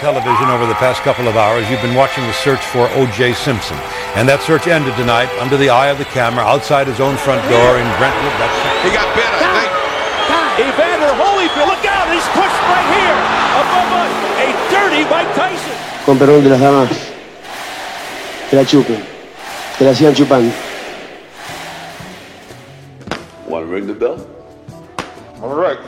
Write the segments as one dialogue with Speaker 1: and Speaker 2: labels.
Speaker 1: television over the past couple of hours, you've been watching the search for O.J. Simpson. And that search ended tonight under the eye of the camera outside his own front door in Brentwood. That's-
Speaker 2: He got bit, I think.
Speaker 3: Evander Holyfield, look out! He's pushed right here above us. A dirty Mike Tyson.
Speaker 4: con perdón de las damas, que la chupen, que la sigan chupando.
Speaker 5: Want to ring the bell?
Speaker 6: All right.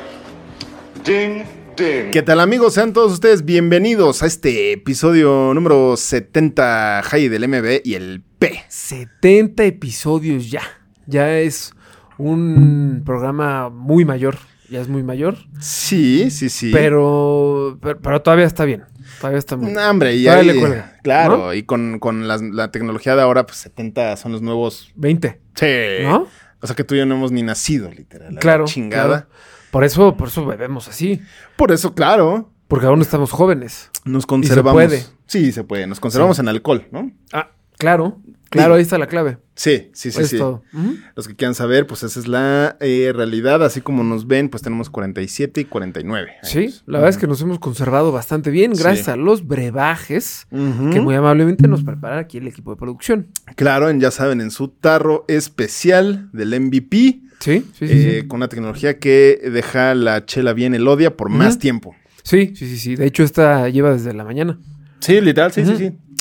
Speaker 6: Ding, ding.
Speaker 7: ¿Qué tal amigos? Sean todos ustedes bienvenidos a este episodio número 70 High del MB y el P.
Speaker 8: 70 episodios ya. Ya es un programa muy mayor. Ya es muy mayor.
Speaker 7: Sí, sí, sí.
Speaker 8: Pero, pero pero todavía está bien. Todavía está bien.
Speaker 7: No, hombre, y
Speaker 8: Todavía
Speaker 7: ahí-
Speaker 8: le cuelga,
Speaker 7: Claro,
Speaker 8: ¿no?
Speaker 7: y con, con las- la, tecnología de ahora, pues 70 son los nuevos.
Speaker 8: 20,
Speaker 7: Sí.
Speaker 8: ¿no?
Speaker 7: O sea que tú y yo no hemos ni nacido, literal. a la
Speaker 8: Claro.
Speaker 7: Chingada.
Speaker 8: claro. Por eso, por eso bebemos así.
Speaker 7: Por eso, claro,
Speaker 8: Porque aún estamos jóvenes.
Speaker 7: nos conservamos.
Speaker 8: puede.
Speaker 7: Sí, se puede. Nos conservamos en alcohol, ¿no?
Speaker 8: Ah, claro. Claro,
Speaker 7: Sí.
Speaker 8: ahí está la clave.
Speaker 7: Sí, sí, sí,
Speaker 8: es
Speaker 7: sí.
Speaker 8: todo. Ujú.
Speaker 7: Los que quieran saber, pues esa es la eh, realidad. Así como nos ven, pues tenemos 47 y 49. años.
Speaker 8: Sí, la verdad es que nos hemos conservado bastante bien gracias
Speaker 7: Sí.
Speaker 8: a los brebajes
Speaker 7: Ujú.
Speaker 8: que muy amablemente nos prepara aquí el equipo de producción.
Speaker 7: Claro, en- ya saben, en su tarro especial del MVP,
Speaker 8: Sí, sí, sí.
Speaker 7: eh,
Speaker 8: sí.
Speaker 7: con una tecnología que deja la chela bien el odia por más
Speaker 8: Ujú.
Speaker 7: tiempo.
Speaker 8: Sí, sí, sí, sí. De hecho, esta lleva desde la mañana.
Speaker 7: Sí, literal, sí,
Speaker 8: Ujú.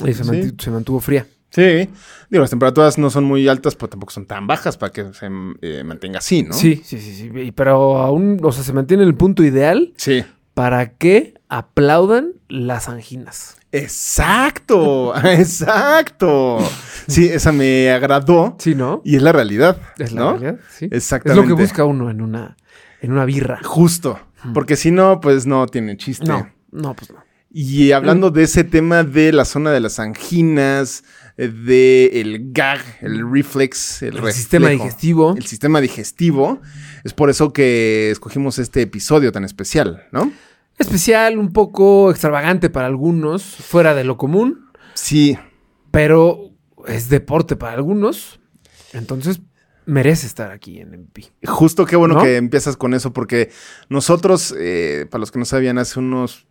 Speaker 8: Y se, manti- se mantuvo fría.
Speaker 7: Sí. Digo, las temperaturas no son muy altas, pero tampoco son tan bajas para que se eh, mantenga así, ¿no?
Speaker 8: Sí, sí, sí, sí. Y- Pero aún, o sea, se mantiene en el punto ideal
Speaker 7: Sí.
Speaker 8: para que aplaudan las anginas.
Speaker 7: Exacto, exacto. Sí, esa me agradó.
Speaker 8: Sí, ¿no?
Speaker 7: Y es la realidad.
Speaker 8: Es la
Speaker 7: ¿no?
Speaker 8: realidad, sí.
Speaker 7: Exactamente.
Speaker 8: Es lo que busca uno en una, en una birra.
Speaker 7: Justo. Porque si no, pues no tiene chiste.
Speaker 8: No, no, pues no.
Speaker 7: Y hablando de ese tema de la zona de las anginas, eh, de el gag, el reflex, el,
Speaker 8: El sistema
Speaker 7: reflejo,
Speaker 8: digestivo.
Speaker 7: El sistema digestivo. Es por eso que escogimos este episodio tan especial, ¿no?
Speaker 8: Especial, un poco extravagante para algunos, fuera de lo común,
Speaker 7: Sí,
Speaker 8: pero es deporte para algunos. Entonces, merece estar aquí en MP.
Speaker 7: justo qué bueno
Speaker 8: ¿No?
Speaker 7: que empiezas con eso, porque nosotros, eh, para los que no sabían, hace unos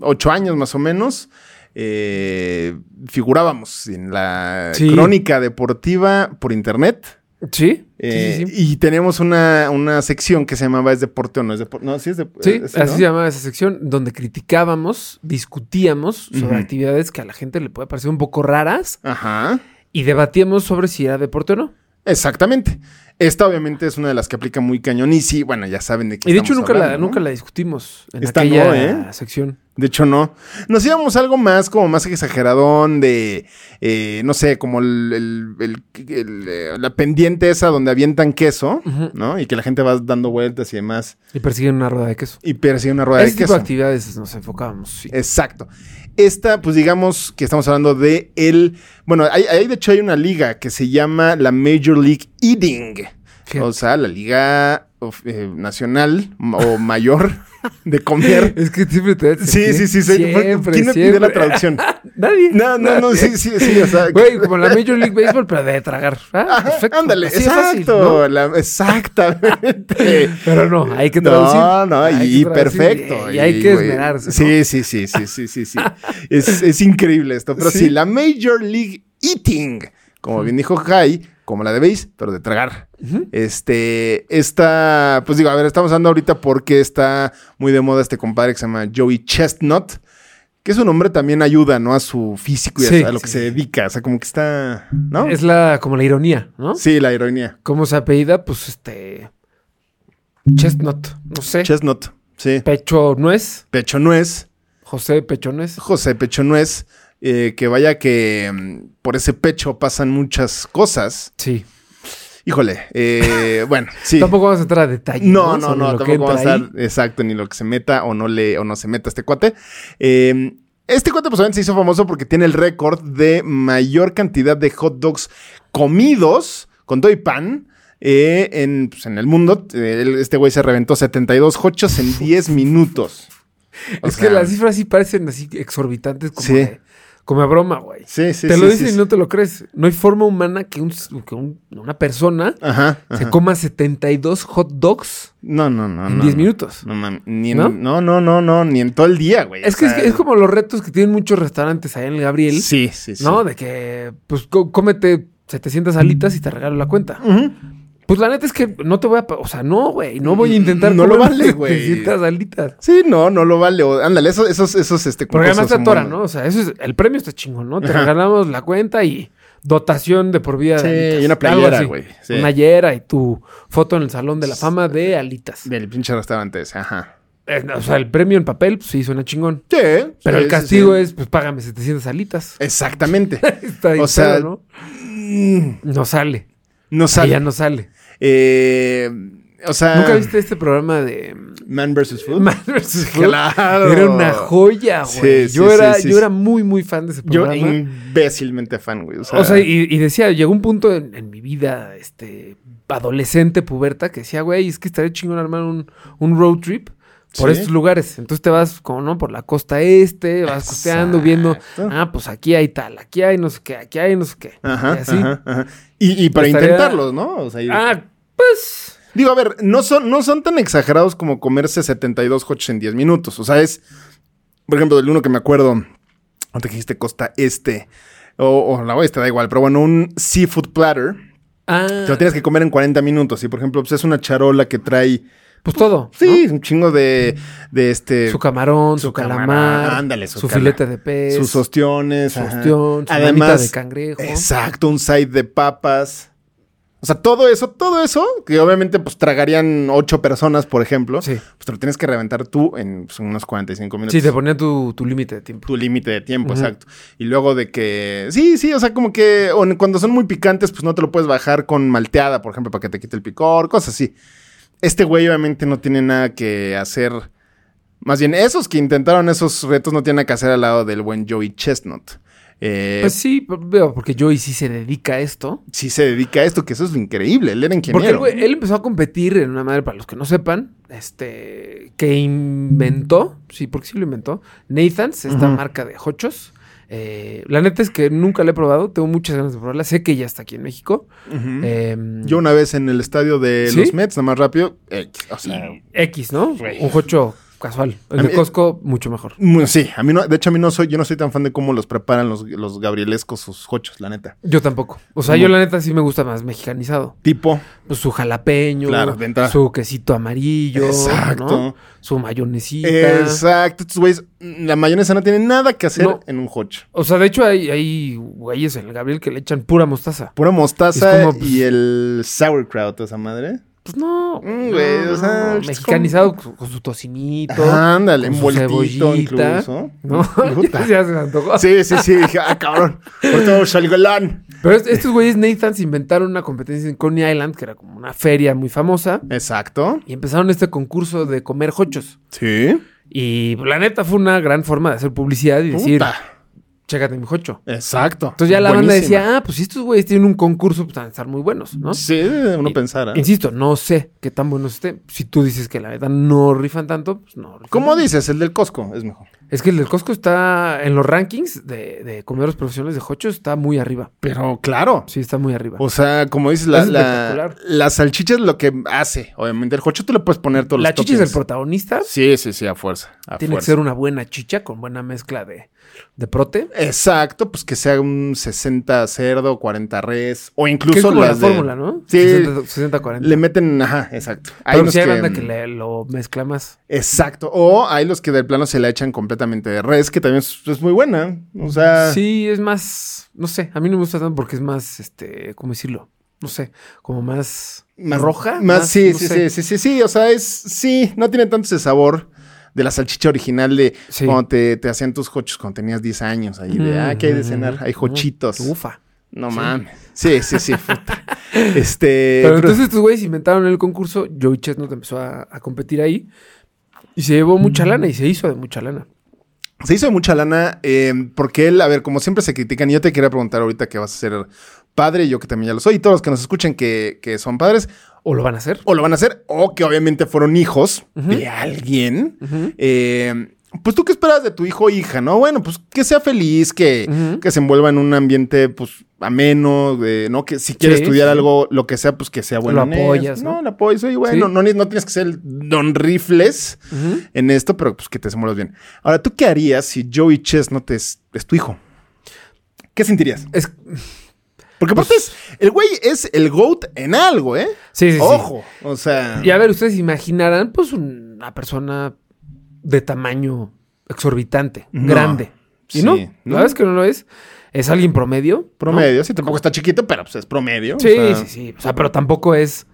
Speaker 7: ocho años más o menos, eh, figurábamos en la
Speaker 8: Sí.
Speaker 7: crónica deportiva por internet.
Speaker 8: ¿Sí?
Speaker 7: Eh,
Speaker 8: sí, sí, sí.
Speaker 7: Y tenemos una, una sección que se llamaba ¿Es deporte o no es deporte? No, Eh, sí es deporte.
Speaker 8: Sí, así se llamaba esa sección, donde criticábamos, discutíamos sobre
Speaker 7: Ujú.
Speaker 8: actividades que a la gente le puede parecer un poco raras
Speaker 7: Ajá.
Speaker 8: y debatíamos sobre si era deporte o no.
Speaker 7: Exactamente. Esta obviamente es una de las que aplica muy cañón. Y sí, bueno, ya saben de qué
Speaker 8: Y de hecho nunca, la,
Speaker 7: hablando, ¿no?
Speaker 8: nunca la discutimos en
Speaker 7: Esta
Speaker 8: aquella
Speaker 7: no, ¿eh?
Speaker 8: sección.
Speaker 7: De hecho, no. Nos íbamos a algo más, como más exageradón de, eh, no sé, como el- el- el- el, eh, la pendiente esa donde avientan queso,
Speaker 8: Ujú.
Speaker 7: ¿no? Y que la gente va dando vueltas y demás.
Speaker 8: Y persiguen una rueda de queso.
Speaker 7: Y persigue una rueda
Speaker 8: Ese
Speaker 7: de
Speaker 8: tipo
Speaker 7: queso.
Speaker 8: de actividades nos enfocábamos. sí.
Speaker 7: Exacto. Esta, pues digamos que estamos hablando de el. Bueno, hay, hay- de hecho hay una liga que se llama la Major League Eating.
Speaker 8: Fíjate.
Speaker 7: O sea, la liga of- eh, nacional m- o mayor de comer.
Speaker 8: Es que siempre te das-
Speaker 7: Sí, sí, sí. sí. ¿Quién me
Speaker 8: Siempre,
Speaker 7: pidió la
Speaker 8: siempre.
Speaker 7: traducción?
Speaker 8: Nadie.
Speaker 7: No, no, no, sí, sí, sí. O sea,
Speaker 8: Güey, como la Major League Baseball, pero de tragar. Ah,
Speaker 7: Ajá,
Speaker 8: perfecto.
Speaker 7: Ándale,
Speaker 8: Así es fácil,
Speaker 7: exacto.
Speaker 8: ¿no?
Speaker 7: la- exactamente.
Speaker 8: Pero no, hay que traducir.
Speaker 7: No, no,
Speaker 8: Hay que
Speaker 7: y
Speaker 8: traducir,
Speaker 7: perfecto.
Speaker 8: Y, y hay que
Speaker 7: güey,
Speaker 8: esmerarse. ¿no?
Speaker 7: Sí, sí, sí, sí, sí, sí, sí. es, es increíble esto. Pero sí.
Speaker 8: Sí.
Speaker 7: la Major League Eating, como bien dijo Jai, como la debéis, pero de tragar.
Speaker 8: Ujú.
Speaker 7: Este, esta, pues digo, a ver, estamos hablando ahorita porque está muy de moda este compadre que se llama Joey Chestnut. Que su nombre también ayuda, ¿no? A su físico y a-
Speaker 8: Sí,
Speaker 7: a, lo que
Speaker 8: sí.
Speaker 7: se dedica. O sea, como que está, ¿no?
Speaker 8: Es la, como la ironía, ¿no?
Speaker 7: Sí, la ironía.
Speaker 8: ¿Cómo se apellida? Pues este. Chestnut, no sé.
Speaker 7: Chestnut, sí.
Speaker 8: Pecho Nuez,
Speaker 7: Pecho Nuez,
Speaker 8: José Pecho Nuez.
Speaker 7: José Pecho Nuez, eh, que vaya que mm, por ese pecho pasan muchas cosas.
Speaker 8: Sí.
Speaker 7: Híjole, eh, bueno, sí.
Speaker 8: Tampoco vamos a entrar a detalle.
Speaker 7: no, no,
Speaker 8: Sobre
Speaker 7: no,
Speaker 8: lo que
Speaker 7: tampoco vamos
Speaker 8: entra
Speaker 7: a
Speaker 8: ahí.
Speaker 7: dar exacto ni lo que se meta o no le o no se meta este cuate. Eh, este cuate pues obviamente se hizo famoso porque tiene el récord de mayor cantidad de hot dogs comidos con doy pan eh, en, pues, en el mundo. Eh, él- este güey se reventó 72 hochos en 10 minutos. O
Speaker 8: Es
Speaker 7: sea,
Speaker 8: que las cifras sí parecen así exorbitantes como,
Speaker 7: Sí.
Speaker 8: de, Como a broma, güey.
Speaker 7: Sí, sí,
Speaker 8: te
Speaker 7: sí,
Speaker 8: lo
Speaker 7: sí,
Speaker 8: dicen
Speaker 7: sí.
Speaker 8: y no te lo crees. No hay forma humana que, un, que un- una persona
Speaker 7: Ajá.
Speaker 8: se
Speaker 7: Ah, ajá.
Speaker 8: coma 72 hot dogs
Speaker 7: No, no, no.
Speaker 8: en
Speaker 7: no,
Speaker 8: 10
Speaker 7: no.
Speaker 8: minutos.
Speaker 7: No mames. Ni en-
Speaker 8: ¿No?
Speaker 7: ¿No? no, no, no, ni en todo el día, güey.
Speaker 8: Es
Speaker 7: O
Speaker 8: que, es
Speaker 7: sea,
Speaker 8: que es como los retos que tienen muchos restaurantes allá en el Gabriel.
Speaker 7: Sí, sí, sí.
Speaker 8: ¿No? De que, pues, có- cómete 700 alitas y te regalo la cuenta.
Speaker 7: Ujú.
Speaker 8: Pues la neta es que no te voy a... pa- O sea, no, güey. No voy a intentar...
Speaker 7: No lo
Speaker 8: comer
Speaker 7: vale, güey.
Speaker 8: 700 alitas.
Speaker 7: Sí, no, no lo vale. O- ándale, esos, esos, esos, este.
Speaker 8: Porque además te
Speaker 7: concursos
Speaker 8: atoran,
Speaker 7: son
Speaker 8: ¿no?
Speaker 7: buenos.
Speaker 8: O sea, eso es... El premio está chingón, ¿no? Te
Speaker 7: Ajá.
Speaker 8: regalamos la cuenta y dotación de por vida de
Speaker 7: Sí,
Speaker 8: alitas.
Speaker 7: y una
Speaker 8: Algo
Speaker 7: playera,
Speaker 8: así.
Speaker 7: güey. Sí.
Speaker 8: Una hallera y tu foto en el Salón de la Fama de alitas.
Speaker 7: Del pinche restaurante ese, ajá.
Speaker 8: Eh, O sea, el premio en papel, pues, sí, suena chingón.
Speaker 7: Sí.
Speaker 8: Pero
Speaker 7: sí,
Speaker 8: el
Speaker 7: sí,
Speaker 8: castigo
Speaker 7: sí.
Speaker 8: es, pues, págame 700 alitas.
Speaker 7: Exactamente.
Speaker 8: Está ahí,
Speaker 7: O sea,
Speaker 8: pero, ¿no? No sale.
Speaker 7: No
Speaker 8: Y Ya
Speaker 7: sale. Ah.
Speaker 8: no sale.
Speaker 7: Eh, o sea.
Speaker 8: ¿Nunca viste este programa de mm,
Speaker 7: Man vs. Food?
Speaker 8: Man vs. Food?
Speaker 7: Claro.
Speaker 8: Era una joya, güey.
Speaker 7: Sí, sí,
Speaker 8: yo era,
Speaker 7: sí, sí,
Speaker 8: yo
Speaker 7: sí.
Speaker 8: era muy, muy fan de ese
Speaker 7: Yo
Speaker 8: programa.
Speaker 7: imbécilmente fan, güey. O sea,
Speaker 8: o sea, y, y decía, llegó un punto en, en mi vida, este, adolescente, puberta, que decía, güey, es que estaría chingón armar un, un road trip por
Speaker 7: Sí.
Speaker 8: estos lugares. Entonces te vas, como, ¿no? Por la costa este, vas costeando, viendo,
Speaker 7: Exacto.
Speaker 8: ah, pues aquí hay tal, aquí hay no sé qué, aquí hay no sé qué.
Speaker 7: Ajá,
Speaker 8: y así.
Speaker 7: ajá, ajá. Y, y para
Speaker 8: Estaría-
Speaker 7: intentarlos, ¿no? O sea, y-
Speaker 8: Ah, pues...
Speaker 7: Digo, a ver, no son, no son tan exagerados como comerse 72 hots en 10 minutos. O sea, es, por ejemplo, del uno que me acuerdo, o te dijiste Costa Este, o, o la oeste, da igual, pero bueno, un seafood platter,
Speaker 8: Ah,
Speaker 7: te lo tienes que comer en 40 minutos. Y, por ejemplo, pues es una charola que trae,
Speaker 8: pues todo.
Speaker 7: sí, un chingo de, de este...
Speaker 8: Su camarón, su,
Speaker 7: su camarón,
Speaker 8: calamar,
Speaker 7: ándale, su
Speaker 8: su
Speaker 7: cala-
Speaker 8: filete de pez,
Speaker 7: sus ostiones.
Speaker 8: su
Speaker 7: ajá.
Speaker 8: ostión, su manita de cangrejo.
Speaker 7: Exacto, un side de papas. O sea, todo eso, todo eso, que obviamente pues tragarían ocho personas, por ejemplo.
Speaker 8: Sí.
Speaker 7: Pues te lo tienes que reventar tú en pues, unos 45 minutos.
Speaker 8: Sí, te ponía tu, tu límite de tiempo.
Speaker 7: tu límite de tiempo,
Speaker 8: Ujú.
Speaker 7: exacto. Y luego de que, sí, sí, o sea, como que o en- cuando son muy picantes, pues no te lo puedes bajar con malteada, por ejemplo, para que te quite el picor, cosas así. Este güey obviamente no tiene nada que hacer. Más bien, esos que intentaron esos retos no tienen nada que hacer al lado del buen Joey Chestnut. Eh,
Speaker 8: Pues sí, p- veo, porque Joey sí se dedica a esto.
Speaker 7: sí se dedica a esto, que eso es lo increíble. Él era
Speaker 8: Porque el
Speaker 7: ingeniero.
Speaker 8: güey- él, empezó a competir en una madre, para los que no sepan, este, que inventó, sí, porque sí lo inventó, Nathan's, esta marca de hochos. Eh, la neta es que nunca la he probado, tengo muchas ganas de probarla, sé que ya está aquí en México.
Speaker 7: Ujú.
Speaker 8: Em,
Speaker 7: Yo una vez en el estadio de
Speaker 8: ¿Sí?
Speaker 7: los Mets, nada más rápido, eh, o sea,
Speaker 8: X, ¿no?
Speaker 7: Güey.
Speaker 8: Un hocho casual.
Speaker 7: A
Speaker 8: El de
Speaker 7: mí- eh,
Speaker 8: Costco, mucho mejor.
Speaker 7: mm, sí, a mí no, de hecho a mí no soy, yo no soy tan fan de cómo los preparan los, los gabrielescos sus hochos, la neta.
Speaker 8: Yo tampoco. O sea,
Speaker 7: ¿Cómo?
Speaker 8: yo la neta sí me gusta más mexicanizado.
Speaker 7: Tipo,
Speaker 8: Pues su jalapeño,
Speaker 7: Claro, de entrada.
Speaker 8: su quesito amarillo,
Speaker 7: Exacto.
Speaker 8: ¿no? su mayonesita.
Speaker 7: exacto, estos güeyes, mm, la mayonesa no tiene nada que hacer
Speaker 8: No.
Speaker 7: en un hocho.
Speaker 8: O sea, de hecho hay, hay güeyes en el Gabriel que le echan pura mostaza.
Speaker 7: Pura mostaza
Speaker 8: Es como, pues,
Speaker 7: y el sauerkraut, esa madre.
Speaker 8: Pues no.
Speaker 7: Mm,
Speaker 8: no,
Speaker 7: güey, o
Speaker 8: no,
Speaker 7: sea,
Speaker 8: no.
Speaker 7: es
Speaker 8: mexicanizado con, con su tocinito.
Speaker 7: Ándale,
Speaker 8: con su
Speaker 7: envueltito
Speaker 8: cebollita,
Speaker 7: incluso.
Speaker 8: ¿no?
Speaker 7: Puta.
Speaker 8: Ya se me antojó.
Speaker 7: Sí, sí, sí, dije, ah, cabrón, por todo salgolán.
Speaker 8: Pero est- estos güeyes Nathan's inventaron una competencia en Coney Island, que era como una feria muy famosa.
Speaker 7: Exacto.
Speaker 8: Y empezaron este concurso de comer hochos.
Speaker 7: Sí.
Speaker 8: Y pues, la neta fue una gran forma de hacer publicidad y decir,
Speaker 7: Puta.
Speaker 8: chécate mi hocho.
Speaker 7: Exacto.
Speaker 8: Entonces ya la banda
Speaker 7: Buenísima.
Speaker 8: decía, ah, pues si estos güeyes tienen un concurso, pues van a estar muy buenos, ¿no?
Speaker 7: Sí, uno
Speaker 8: Y-
Speaker 7: pensara.
Speaker 8: Insisto, no sé qué tan buenos estén. Si tú dices que la verdad no rifan tanto, pues no. rifan
Speaker 7: ¿Cómo
Speaker 8: tanto.
Speaker 7: dices? El del Costco es mejor.
Speaker 8: Es que el del Costco está en los rankings de, de comederos profesionales de hocho, está muy arriba.
Speaker 7: Pero claro.
Speaker 8: Sí, está muy arriba.
Speaker 7: O sea, como dices, la,
Speaker 8: Es
Speaker 7: la,
Speaker 8: espectacular.
Speaker 7: la salchicha es lo que hace. Obviamente, el jocho tú le puedes poner todos
Speaker 8: la
Speaker 7: los
Speaker 8: chicha es el
Speaker 7: toppings.
Speaker 8: protagonista.
Speaker 7: Sí, sí, sí, a fuerza. a
Speaker 8: Tiene que
Speaker 7: fuerza.
Speaker 8: ser una buena chicha con buena mezcla de, de prote.
Speaker 7: Exacto, pues que sea un 60 cerdo, 40 res, o
Speaker 8: Que
Speaker 7: incluso
Speaker 8: es como la
Speaker 7: las de-
Speaker 8: fórmula, ¿no?
Speaker 7: Sí,
Speaker 8: 60-40.
Speaker 7: le meten, ajá, exacto. Hay
Speaker 8: Pero
Speaker 7: unos
Speaker 8: sí hay
Speaker 7: que- mm,
Speaker 8: banda que le, lo mezcla más.
Speaker 7: Exacto, o hay los que del plano se la echan completamente de res, que también es, es muy buena. O sea,
Speaker 8: Sí, es más, no sé, a mí no me gusta tanto porque es más, este, ¿cómo decirlo? No sé, como más,
Speaker 7: más
Speaker 8: roja.
Speaker 7: Mm, Más, sí,
Speaker 8: no
Speaker 7: sí,
Speaker 8: sé.
Speaker 7: sí, sí, sí, sí. O sea, es. Sí, no tiene tanto ese sabor de la salchicha original de
Speaker 8: Sí.
Speaker 7: cuando te, te hacían tus hochos cuando tenías 10 años. Ahí de, ah, ¿qué hay de
Speaker 8: Mm,
Speaker 7: cenar? Hay Eh, hochitos.
Speaker 8: Ufa.
Speaker 7: No mames. Sí, sí, sí. puta. este. pero-
Speaker 8: Pero entonces estos güeyes inventaron el concurso, Joey Chestnut empezó a, a competir ahí y se llevó mucha lana y se hizo de mucha lana.
Speaker 7: Se hizo de mucha lana eh, porque él, a ver, como siempre se critican, y yo te quería preguntar ahorita que vas a ser padre, yo que también ya lo soy, y todos los que nos escuchen que, que son padres,
Speaker 8: ¿O lo van a hacer?
Speaker 7: o lo van a hacer, o que obviamente fueron hijos de alguien. Eh, pues tú qué esperas de tu hijo o hija, ¿no? Bueno, pues que sea feliz, que,
Speaker 8: Ujú.
Speaker 7: que se envuelva en un ambiente, pues, ameno, de, ¿no? Que si quiere
Speaker 8: Sí,
Speaker 7: estudiar
Speaker 8: sí.
Speaker 7: algo, lo que sea, pues que sea bueno.
Speaker 8: Lo
Speaker 7: en ello.
Speaker 8: apoyas, ¿no?
Speaker 7: lo apoyas. Y bueno,
Speaker 8: Sí.
Speaker 7: no, ni- no tienes que ser el don rifles
Speaker 8: Ujú.
Speaker 7: en esto, pero pues que te desenvuelvas bien. Ahora, ¿tú qué harías si Joey Chestnut es, es tu hijo? ¿Qué sentirías?
Speaker 8: Es-
Speaker 7: Porque aparte es, el güey es el GOAT en algo, ¿eh?
Speaker 8: Pues Sí, sí, sí.
Speaker 7: Ojo, o sea...
Speaker 8: Y a ver, ustedes imaginarán, pues, una persona de tamaño exorbitante,
Speaker 7: No.
Speaker 8: grande. Y
Speaker 7: Sí,
Speaker 8: no,
Speaker 7: ¿no?
Speaker 8: la verdad es que no lo es. Es alguien promedio.
Speaker 7: Promedio, sí, tampoco está chiquito, pero pues es promedio. o
Speaker 8: Sí,
Speaker 7: sea. Eh,
Speaker 8: sí, sí. O sea, pero tampoco es.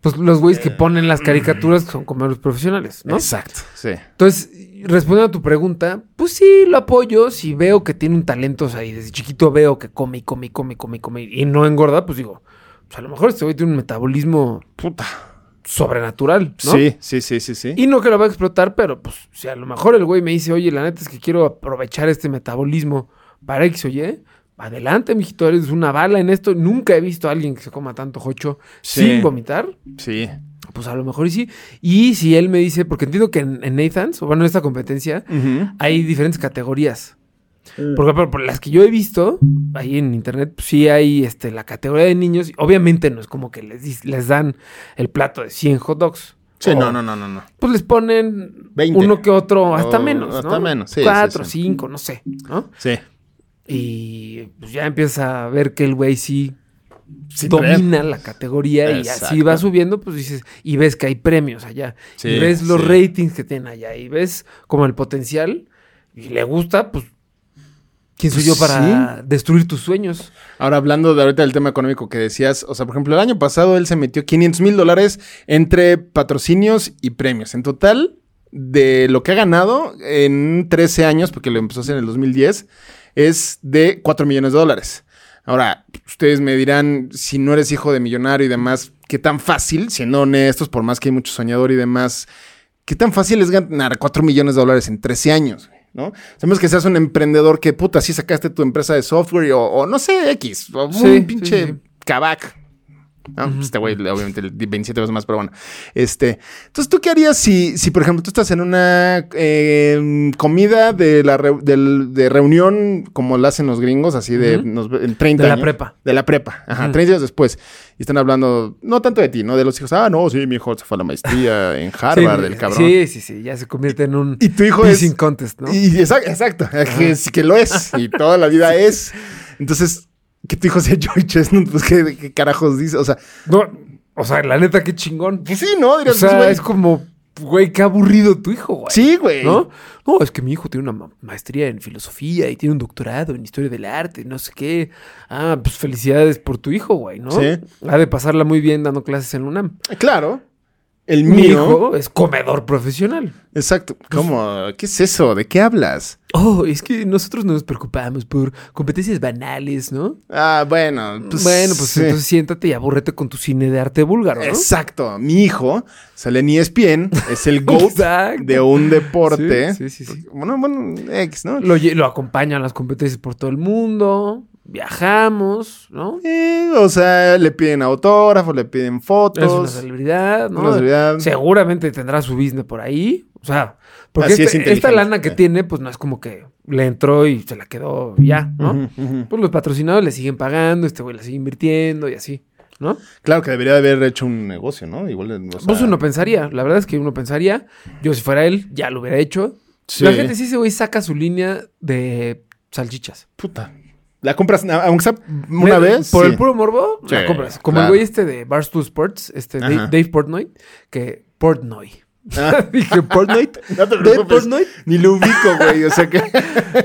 Speaker 8: Pues los güeyes que ponen las caricaturas que son como los profesionales, ¿no?
Speaker 7: mm. Exacto, sí.
Speaker 8: Entonces, respondiendo a tu pregunta, pues sí, lo apoyo. Si veo que tiene un talento, o sea, y desde chiquito veo que come y come y come y come y come y no engorda, pues digo, pues a lo mejor este güey tiene un metabolismo
Speaker 7: Puta.
Speaker 8: sobrenatural, ¿no?
Speaker 7: Sí, sí, sí, sí, sí.
Speaker 8: Y no que lo va a explotar, pero pues si a lo mejor el güey me dice, oye, la neta es que quiero aprovechar este metabolismo para X o Y, adelante, mijito, eres una bala en esto. Nunca he visto a alguien que se coma tanto jocho
Speaker 7: Sí.
Speaker 8: sin vomitar.
Speaker 7: Sí.
Speaker 8: Pues a lo mejor y sí. Y si él me dice, porque entiendo que en, en Nathan's, o bueno, en esta competencia, hay diferentes categorías. Porque por, por las que yo he visto ahí en internet, pues, sí hay este, la categoría de niños. Obviamente no es como que les, dis- les dan el plato de 100 hot dogs.
Speaker 7: Sí,
Speaker 8: O-
Speaker 7: no, no, no, no, no.
Speaker 8: pues les ponen
Speaker 7: 20.
Speaker 8: uno que otro, hasta
Speaker 7: O
Speaker 8: menos.
Speaker 7: hasta
Speaker 8: ¿no?
Speaker 7: menos, sí,
Speaker 8: Cuatro,
Speaker 7: sí, sí.
Speaker 8: cinco, no sé. ¿no?
Speaker 7: Sí.
Speaker 8: Y pues ya empieza a ver que el güey sí,
Speaker 7: Sí,
Speaker 8: domina la categoría y así
Speaker 7: Exacto.
Speaker 8: va subiendo, pues dices, y ves que hay premios allá.
Speaker 7: Sí,
Speaker 8: y ves los
Speaker 7: sí.
Speaker 8: ratings que tienen allá. Y ves como el potencial. Y le gusta, pues. ¿Quién soy yo
Speaker 7: Pues,
Speaker 8: para destruir tus sueños?
Speaker 7: Ahora, hablando de ahorita del tema económico que decías, o sea, por ejemplo, el año pasado él se metió 500 mil dólares entre patrocinios y premios. En total, de lo que ha ganado en 13 años, porque lo empezó a hacer en el 2010, es de 4 millones de dólares. Ahora, ustedes me dirán, si no eres hijo de millonario y demás, qué tan fácil, siendo honestos, por más que hay mucho soñador y demás, ¿Qué tan fácil es ganar 4 millones de dólares en 13 años? güey, ¿No? Sabemos que seas un emprendedor que puta, sí sacaste tu empresa de software o, o no sé, X, o
Speaker 8: Sí, sí,
Speaker 7: un pinche
Speaker 8: sí.
Speaker 7: cabac. No, pues este güey, le- obviamente, le di 27 veces más, pero bueno. Este, entonces, ¿tú qué harías si, si por ejemplo, tú estás en una eh, comida de la reu- del- de reunión, como la hacen los gringos, así de
Speaker 8: Ujú.
Speaker 7: nos ve- en 30
Speaker 8: De la
Speaker 7: años?
Speaker 8: prepa.
Speaker 7: De la prepa, ajá, 30 años después. Y están hablando, no tanto de ti, ¿no? De los hijos. Ah, no, sí, mi hijo se fue a la maestría en Harvard,
Speaker 8: sí,
Speaker 7: el cabrón.
Speaker 8: Sí, sí, sí. Ya se convierte en un
Speaker 7: Y tu hijo
Speaker 8: pissing
Speaker 7: es.
Speaker 8: contest, ¿no?
Speaker 7: Y, exa- exacto, que, es- que lo es. Y toda la vida es. Entonces, que tu hijo sea Joy Chestnut, pues ¿qué, qué carajos dice. O sea,
Speaker 8: No, o sea, la neta, qué chingón.
Speaker 7: pues sí, ¿no?
Speaker 8: O
Speaker 7: Dirías, pues,
Speaker 8: sea,
Speaker 7: güey,
Speaker 8: es como, güey, qué aburrido tu hijo, güey.
Speaker 7: Sí, güey.
Speaker 8: ¿No? No, es que mi hijo tiene una ma- maestría en filosofía y tiene un doctorado en historia del arte, no sé qué. Ah, pues felicidades por tu hijo, güey, ¿no?
Speaker 7: Sí.
Speaker 8: Ha de pasarla muy bien dando clases en la UNAM.
Speaker 7: Claro. El
Speaker 8: Mi
Speaker 7: mío.
Speaker 8: hijo Pues, es comedor profesional.
Speaker 7: Exacto. ¿Cómo? ¿Qué es eso? ¿De qué hablas?
Speaker 8: Oh, es que nosotros nos preocupamos por competencias banales, ¿no?
Speaker 7: Ah, bueno. Pues,
Speaker 8: bueno, pues
Speaker 7: sí.
Speaker 8: entonces siéntate y aburrete con tu cine de arte búlgaro, ¿no?
Speaker 7: Exacto. Mi hijo sale en E ESPN, es el GOAT
Speaker 8: Exacto.
Speaker 7: de un deporte. Pues,
Speaker 8: Sí, sí, sí, sí.
Speaker 7: Bueno, bueno, X, ¿no?
Speaker 8: Lo, lle- lo acompañan las competencias por todo el mundo, viajamos, ¿no?
Speaker 7: Eh, o sea, le piden autógrafo, le piden
Speaker 8: Es una
Speaker 7: fotos.
Speaker 8: celebridad, ¿no?
Speaker 7: una celebridad.
Speaker 8: Seguramente tendrá su business por ahí. O sea, porque
Speaker 7: Así es
Speaker 8: este- esta
Speaker 7: inteligente,
Speaker 8: lana que
Speaker 7: sí.
Speaker 8: tiene, pues no es como que le entró y se la quedó ya, ¿no? Pues los patrocinados le siguen pagando, este güey le sigue invirtiendo y así, ¿no?
Speaker 7: Claro que debería de haber hecho un negocio, ¿no? Igual. o sea,
Speaker 8: pues uno pensaría, la verdad es que uno pensaría, yo si fuera él, ya lo hubiera hecho.
Speaker 7: Sí.
Speaker 8: La gente sí, ese güey saca su línea de salchichas.
Speaker 7: Puta. La compras, na- aunque sea una
Speaker 8: Me-
Speaker 7: vez.
Speaker 8: Por
Speaker 7: sí.
Speaker 8: el puro morbo, la
Speaker 7: Sí,
Speaker 8: compras. Como el
Speaker 7: claro.
Speaker 8: güey este de Barstool Sports, este Dave,
Speaker 7: Ajá.
Speaker 8: Dave Portnoy, que Portnoy.
Speaker 7: Ah.
Speaker 8: Dije Portnoy.
Speaker 7: No te
Speaker 8: Dave
Speaker 7: preocupes.
Speaker 8: Portnoy.
Speaker 7: Ni lo ubico, güey. O sea que.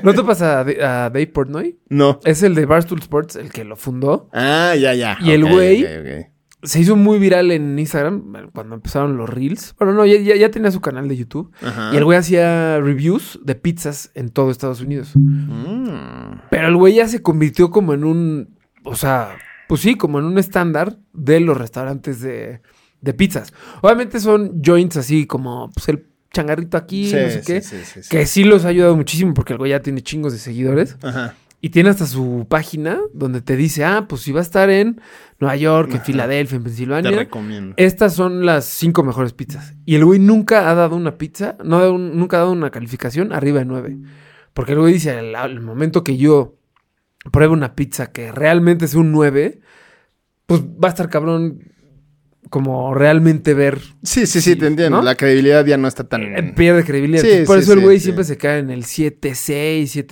Speaker 8: ¿No te pasa a, D- a Dave Portnoy?
Speaker 7: no.
Speaker 8: Es el de Barstool Sports, el que lo fundó.
Speaker 7: Ah, ya, ya.
Speaker 8: Y el
Speaker 7: Ok,
Speaker 8: güey-
Speaker 7: ok, ok.
Speaker 8: Se hizo muy viral en Instagram bueno, cuando empezaron los reels. Bueno, no, ya, ya- ya tenía su canal de YouTube.
Speaker 7: Ajá.
Speaker 8: Y el güey hacía reviews de pizzas en todo Estados Unidos.
Speaker 7: Mm.
Speaker 8: Pero el güey ya se convirtió como en un. O sea, pues sí, como en un estándar de los restaurantes de, de pizzas. Obviamente son joints así como pues, el changarrito aquí,
Speaker 7: Sí,
Speaker 8: no sé
Speaker 7: sí,
Speaker 8: qué.
Speaker 7: sí, sí, sí.
Speaker 8: Que sí los ha ayudado muchísimo porque el güey ya tiene chingos de seguidores.
Speaker 7: Ajá.
Speaker 8: Y tiene hasta su página donde te dice, ah, pues si va a estar en Nueva York, en Filadelfia, en
Speaker 7: Te
Speaker 8: Pensilvania,
Speaker 7: recomiendo.
Speaker 8: estas son las cinco mejores pizzas. Y el güey nunca ha dado una pizza, no ha dado un- nunca ha dado una calificación arriba de nueve. Porque el güey dice, al, al momento que yo pruebe una pizza que realmente es un nueve, pues va a estar cabrón como realmente ver
Speaker 7: Sí, sí, sí,
Speaker 8: Sí,
Speaker 7: te entiendo.
Speaker 8: ¿no?
Speaker 7: La credibilidad ya no está tan.
Speaker 8: eh, pierde credibilidad.
Speaker 7: Sí,
Speaker 8: Entonces, por
Speaker 7: sí,
Speaker 8: eso el
Speaker 7: sí,
Speaker 8: güey
Speaker 7: sí.
Speaker 8: siempre se cae en el 7-6,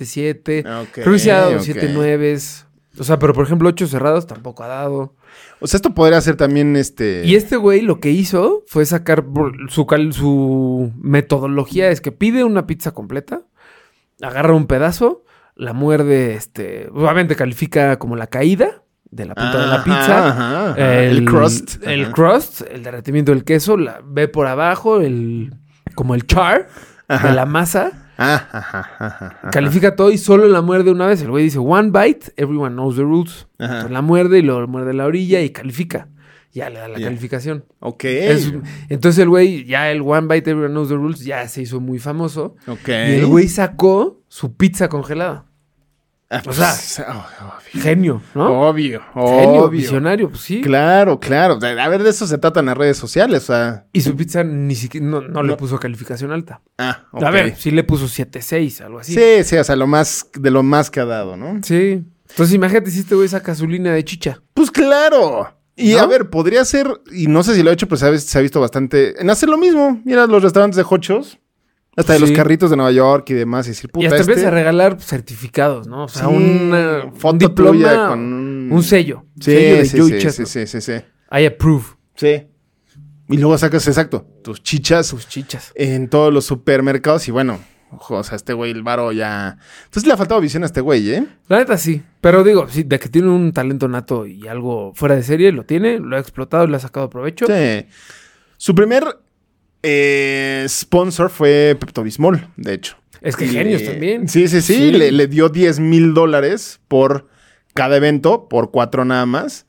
Speaker 8: 7-7.
Speaker 7: Ok,
Speaker 8: Creo que sí ha dado
Speaker 7: ok.
Speaker 8: 7-9. O sea, pero por ejemplo, 8 cerrados tampoco ha dado.
Speaker 7: O sea, esto podría ser también este.
Speaker 8: Y este güey lo que hizo fue sacar por- su, cal- su metodología. Es que pide una pizza completa, agarra un pedazo, la muerde, este, obviamente califica como la caída de la punta de la
Speaker 7: Ajá,
Speaker 8: pizza.
Speaker 7: ajá, ajá. El, crust.
Speaker 8: El
Speaker 7: Ajá.
Speaker 8: crust, el derretimiento del queso, la ve por abajo, el, como el char de la masa.
Speaker 7: Ah, ajá, ajá, ajá.
Speaker 8: Califica todo y solo la muerde una vez. El güey dice, one bite, everyone knows the rules.
Speaker 7: Ajá.
Speaker 8: Entonces la muerde y lo muerde la orilla y califica. Ya le da la
Speaker 7: Ya.
Speaker 8: calificación.
Speaker 7: Ok.
Speaker 8: Es- entonces el güey, ya el one bite, everyone knows the rules, ya se hizo muy famoso.
Speaker 7: ok.
Speaker 8: Y el güey sacó su pizza congelada.
Speaker 7: Ah,
Speaker 8: o sea,
Speaker 7: pues, oh, obvio.
Speaker 8: Genio, ¿no?
Speaker 7: Obvio,
Speaker 8: Genio,
Speaker 7: obvio.
Speaker 8: visionario, pues sí.
Speaker 7: Claro, claro. De- A ver, de eso se tratan las redes sociales. O sea,
Speaker 8: Y su pizza ni siquiera, no, no le
Speaker 7: No.
Speaker 8: puso calificación alta.
Speaker 7: ah, ok.
Speaker 8: A ver, sí le puso 7-6, algo así.
Speaker 7: Sí, sí, o sea, lo más, de lo más que ha dado, ¿no?
Speaker 8: Sí. Entonces imagínate si este güey saca su línea de chicha.
Speaker 7: Pues claro. Y
Speaker 8: ¿No?
Speaker 7: a ver, podría ser, y no sé si lo ha hecho, pero se ha, vis- se ha visto bastante en hacer lo mismo. Mira los restaurantes de hochos, hasta de los
Speaker 8: Sí.
Speaker 7: carritos de Nueva York y demás, y decir, puta,
Speaker 8: y hasta
Speaker 7: este-
Speaker 8: empieza a regalar certificados, ¿no? O sea,
Speaker 7: Sí,
Speaker 8: una, un
Speaker 7: foto
Speaker 8: diploma,
Speaker 7: tuya con un-
Speaker 8: un sello. sello
Speaker 7: Sí,
Speaker 8: de
Speaker 7: sí,
Speaker 8: Joey
Speaker 7: sí, sí,
Speaker 8: Chestnut.
Speaker 7: sí, sí, sí.
Speaker 8: I approve
Speaker 7: Sí. Y luego sacas, exacto, tus chichas
Speaker 8: tus chichas.
Speaker 7: en todos los supermercados y bueno, ojo, o sea, este güey, el varo ya... Entonces le ha faltado visión a este güey, ¿eh?
Speaker 8: La neta sí. Pero digo, sí, de que tiene un talento nato y algo fuera de serie, lo tiene, lo ha explotado y lo ha sacado provecho.
Speaker 7: Sí. Su primer eh, sponsor fue Pepto Bismol, de hecho.
Speaker 8: Es que
Speaker 7: Y
Speaker 8: genios
Speaker 7: le-
Speaker 8: también.
Speaker 7: Sí, sí, sí.
Speaker 8: Eh, Sí.
Speaker 7: Le, le dio 10 mil dólares por cada evento, por cuatro nada más.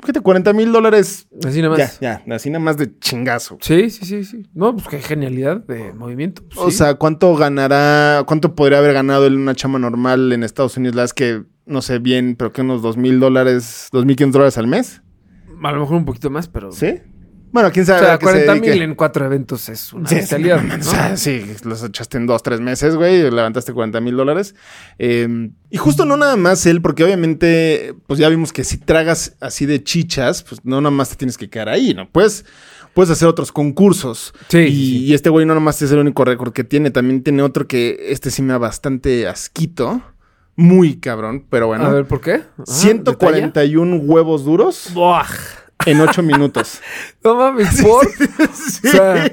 Speaker 7: Fíjate, 40 mil dólares.
Speaker 8: Así nada
Speaker 7: Ya,
Speaker 8: más.
Speaker 7: ya, así nada más de chingazo.
Speaker 8: Sí, sí, sí, sí. No, pues qué genialidad de movimiento. pues,
Speaker 7: O
Speaker 8: sí.
Speaker 7: sea, ¿cuánto ganará, cuánto podría haber ganado en una chama normal en Estados Unidos? La verdad es que no sé bien, pero que unos 2 mil dólares, 2 mil 500 dólares al mes.
Speaker 8: a lo mejor un poquito más, pero.
Speaker 7: ¿Sí? Bueno, quién
Speaker 8: O
Speaker 7: sabe.
Speaker 8: sea,
Speaker 7: a qué se
Speaker 8: 40 mil
Speaker 7: dedique.
Speaker 8: en cuatro eventos es una
Speaker 7: Sí, sí,
Speaker 8: bestialidad,
Speaker 7: no, no,
Speaker 8: ¿no?
Speaker 7: O sea, sí, los echaste en dos, tres meses, güey, y levantaste 40 mil dólares. Eh, y justo no nada más él, porque obviamente, pues ya vimos que si tragas así de chichas, pues no nada más te tienes que quedar ahí, ¿no? Pues puedes hacer otros concursos.
Speaker 8: Sí,
Speaker 7: Y,
Speaker 8: sí, sí.
Speaker 7: y este güey no nada más es el único récord que tiene, también tiene otro que este sí me da bastante asquito. Muy cabrón, pero bueno. Ah,
Speaker 8: A ver, ¿por qué? Ajá,
Speaker 7: 141 huevos duros
Speaker 8: detalla. Buah,
Speaker 7: en 8 minutos.
Speaker 8: No mames, por.
Speaker 7: Sí,
Speaker 8: O sea-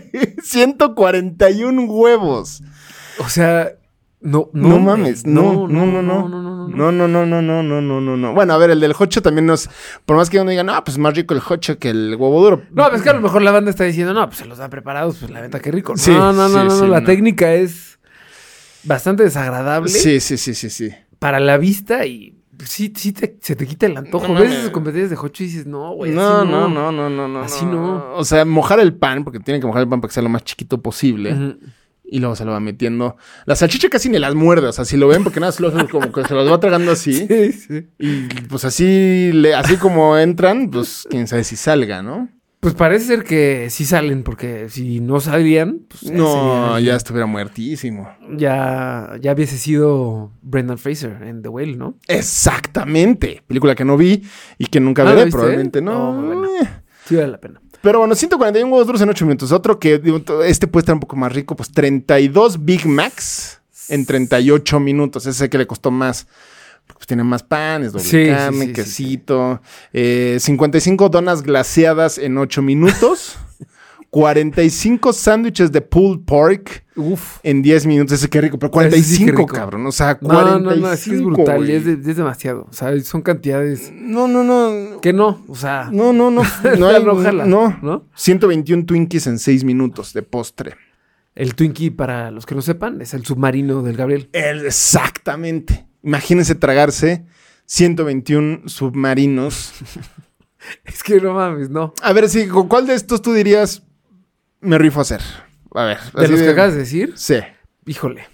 Speaker 7: 141 huevos.
Speaker 8: O sea, no,
Speaker 7: No,
Speaker 8: no, güey,
Speaker 7: mames, no, no, no, no,
Speaker 8: no, no,
Speaker 7: no,
Speaker 8: no, no.
Speaker 7: no, no, no, no, no, no, no, no. Bueno, a ver, el del hocho también nos, por más que uno diga, no, pues más rico el hocho que el huevo duro.
Speaker 8: No, pues que a lo mejor la banda está diciendo, no, pues se los dan preparados, pues la venta qué rico. No,
Speaker 7: Sí,
Speaker 8: no, no,
Speaker 7: sí,
Speaker 8: no, no,
Speaker 7: sí,
Speaker 8: la
Speaker 7: no.
Speaker 8: técnica es bastante desagradable
Speaker 7: Sí, sí, sí, sí, sí.
Speaker 8: para la vista y sí, sí te- se te quita el antojo.
Speaker 7: No
Speaker 8: Ves
Speaker 7: mames.
Speaker 8: esas competencias de hocho y dices, no, güey,
Speaker 7: No,
Speaker 8: así
Speaker 7: Pues no, no, no, no, no.
Speaker 8: Así no.
Speaker 7: O sea, mojar el pan, porque tienen que mojar el pan para que sea lo más chiquito posible.
Speaker 8: Ujú.
Speaker 7: Y luego se lo va metiendo. La salchicha casi ni las muerde, o sea, si lo ven, porque nada, se lo hacen como que se los va tragando así.
Speaker 8: Sí, sí.
Speaker 7: Y pues así, le, así como entran, pues quién sabe si salga, ¿no?
Speaker 8: Pues parece ser que sí salen, porque si no salían, pues ya
Speaker 7: No,
Speaker 8: sería-
Speaker 7: ya estuviera muertísimo.
Speaker 8: ya, ya hubiese sido Brendan Fraser en The Whale, ¿no?
Speaker 7: Exactamente. Película que no vi y que nunca
Speaker 8: Ah, ¿la
Speaker 7: veré,
Speaker 8: viste?
Speaker 7: probablemente no. Eh.
Speaker 8: No, muy buena. Sí vale la pena.
Speaker 7: Pero bueno, 141 huevos duros en 8 minutos. Otro que digo, to- este puede estar un poco más rico, pues 32 Big Macs en 38 minutos. Ese que le costó más. Pues tiene más panes, doble
Speaker 8: Sí, sí,
Speaker 7: carne,
Speaker 8: sí, sí,
Speaker 7: quesito. Eh, 55 donas glaseadas en 8 minutos. 45 sándwiches de pulled pork
Speaker 8: Uf.
Speaker 7: en 10 minutos. Ese que rico, pero
Speaker 8: Ese
Speaker 7: 45,
Speaker 8: sí que rico.
Speaker 7: cabrón. O sea,
Speaker 8: No,
Speaker 7: 45.
Speaker 8: no, no, es que es brutal,
Speaker 7: güey.
Speaker 8: y es, de- es demasiado. O sea, son cantidades
Speaker 7: No, no, no.
Speaker 8: que no, o sea,
Speaker 7: No, no, no. No,
Speaker 8: La
Speaker 7: hay-
Speaker 8: rojala,
Speaker 7: no.
Speaker 8: ¿no?
Speaker 7: 121 Twinkies en 6 minutos de postre.
Speaker 8: el Twinkie, para los que no sepan, es el submarino del Gabriel.
Speaker 7: El- exactamente. Imagínense tragarse 121 submarinos.
Speaker 8: Es que no mames, no.
Speaker 7: A ver, si ¿con cuál de estos tú dirías me rifo a hacer? A ver.
Speaker 8: De
Speaker 7: así
Speaker 8: los que acabas de decir,
Speaker 7: Sí.
Speaker 8: híjole.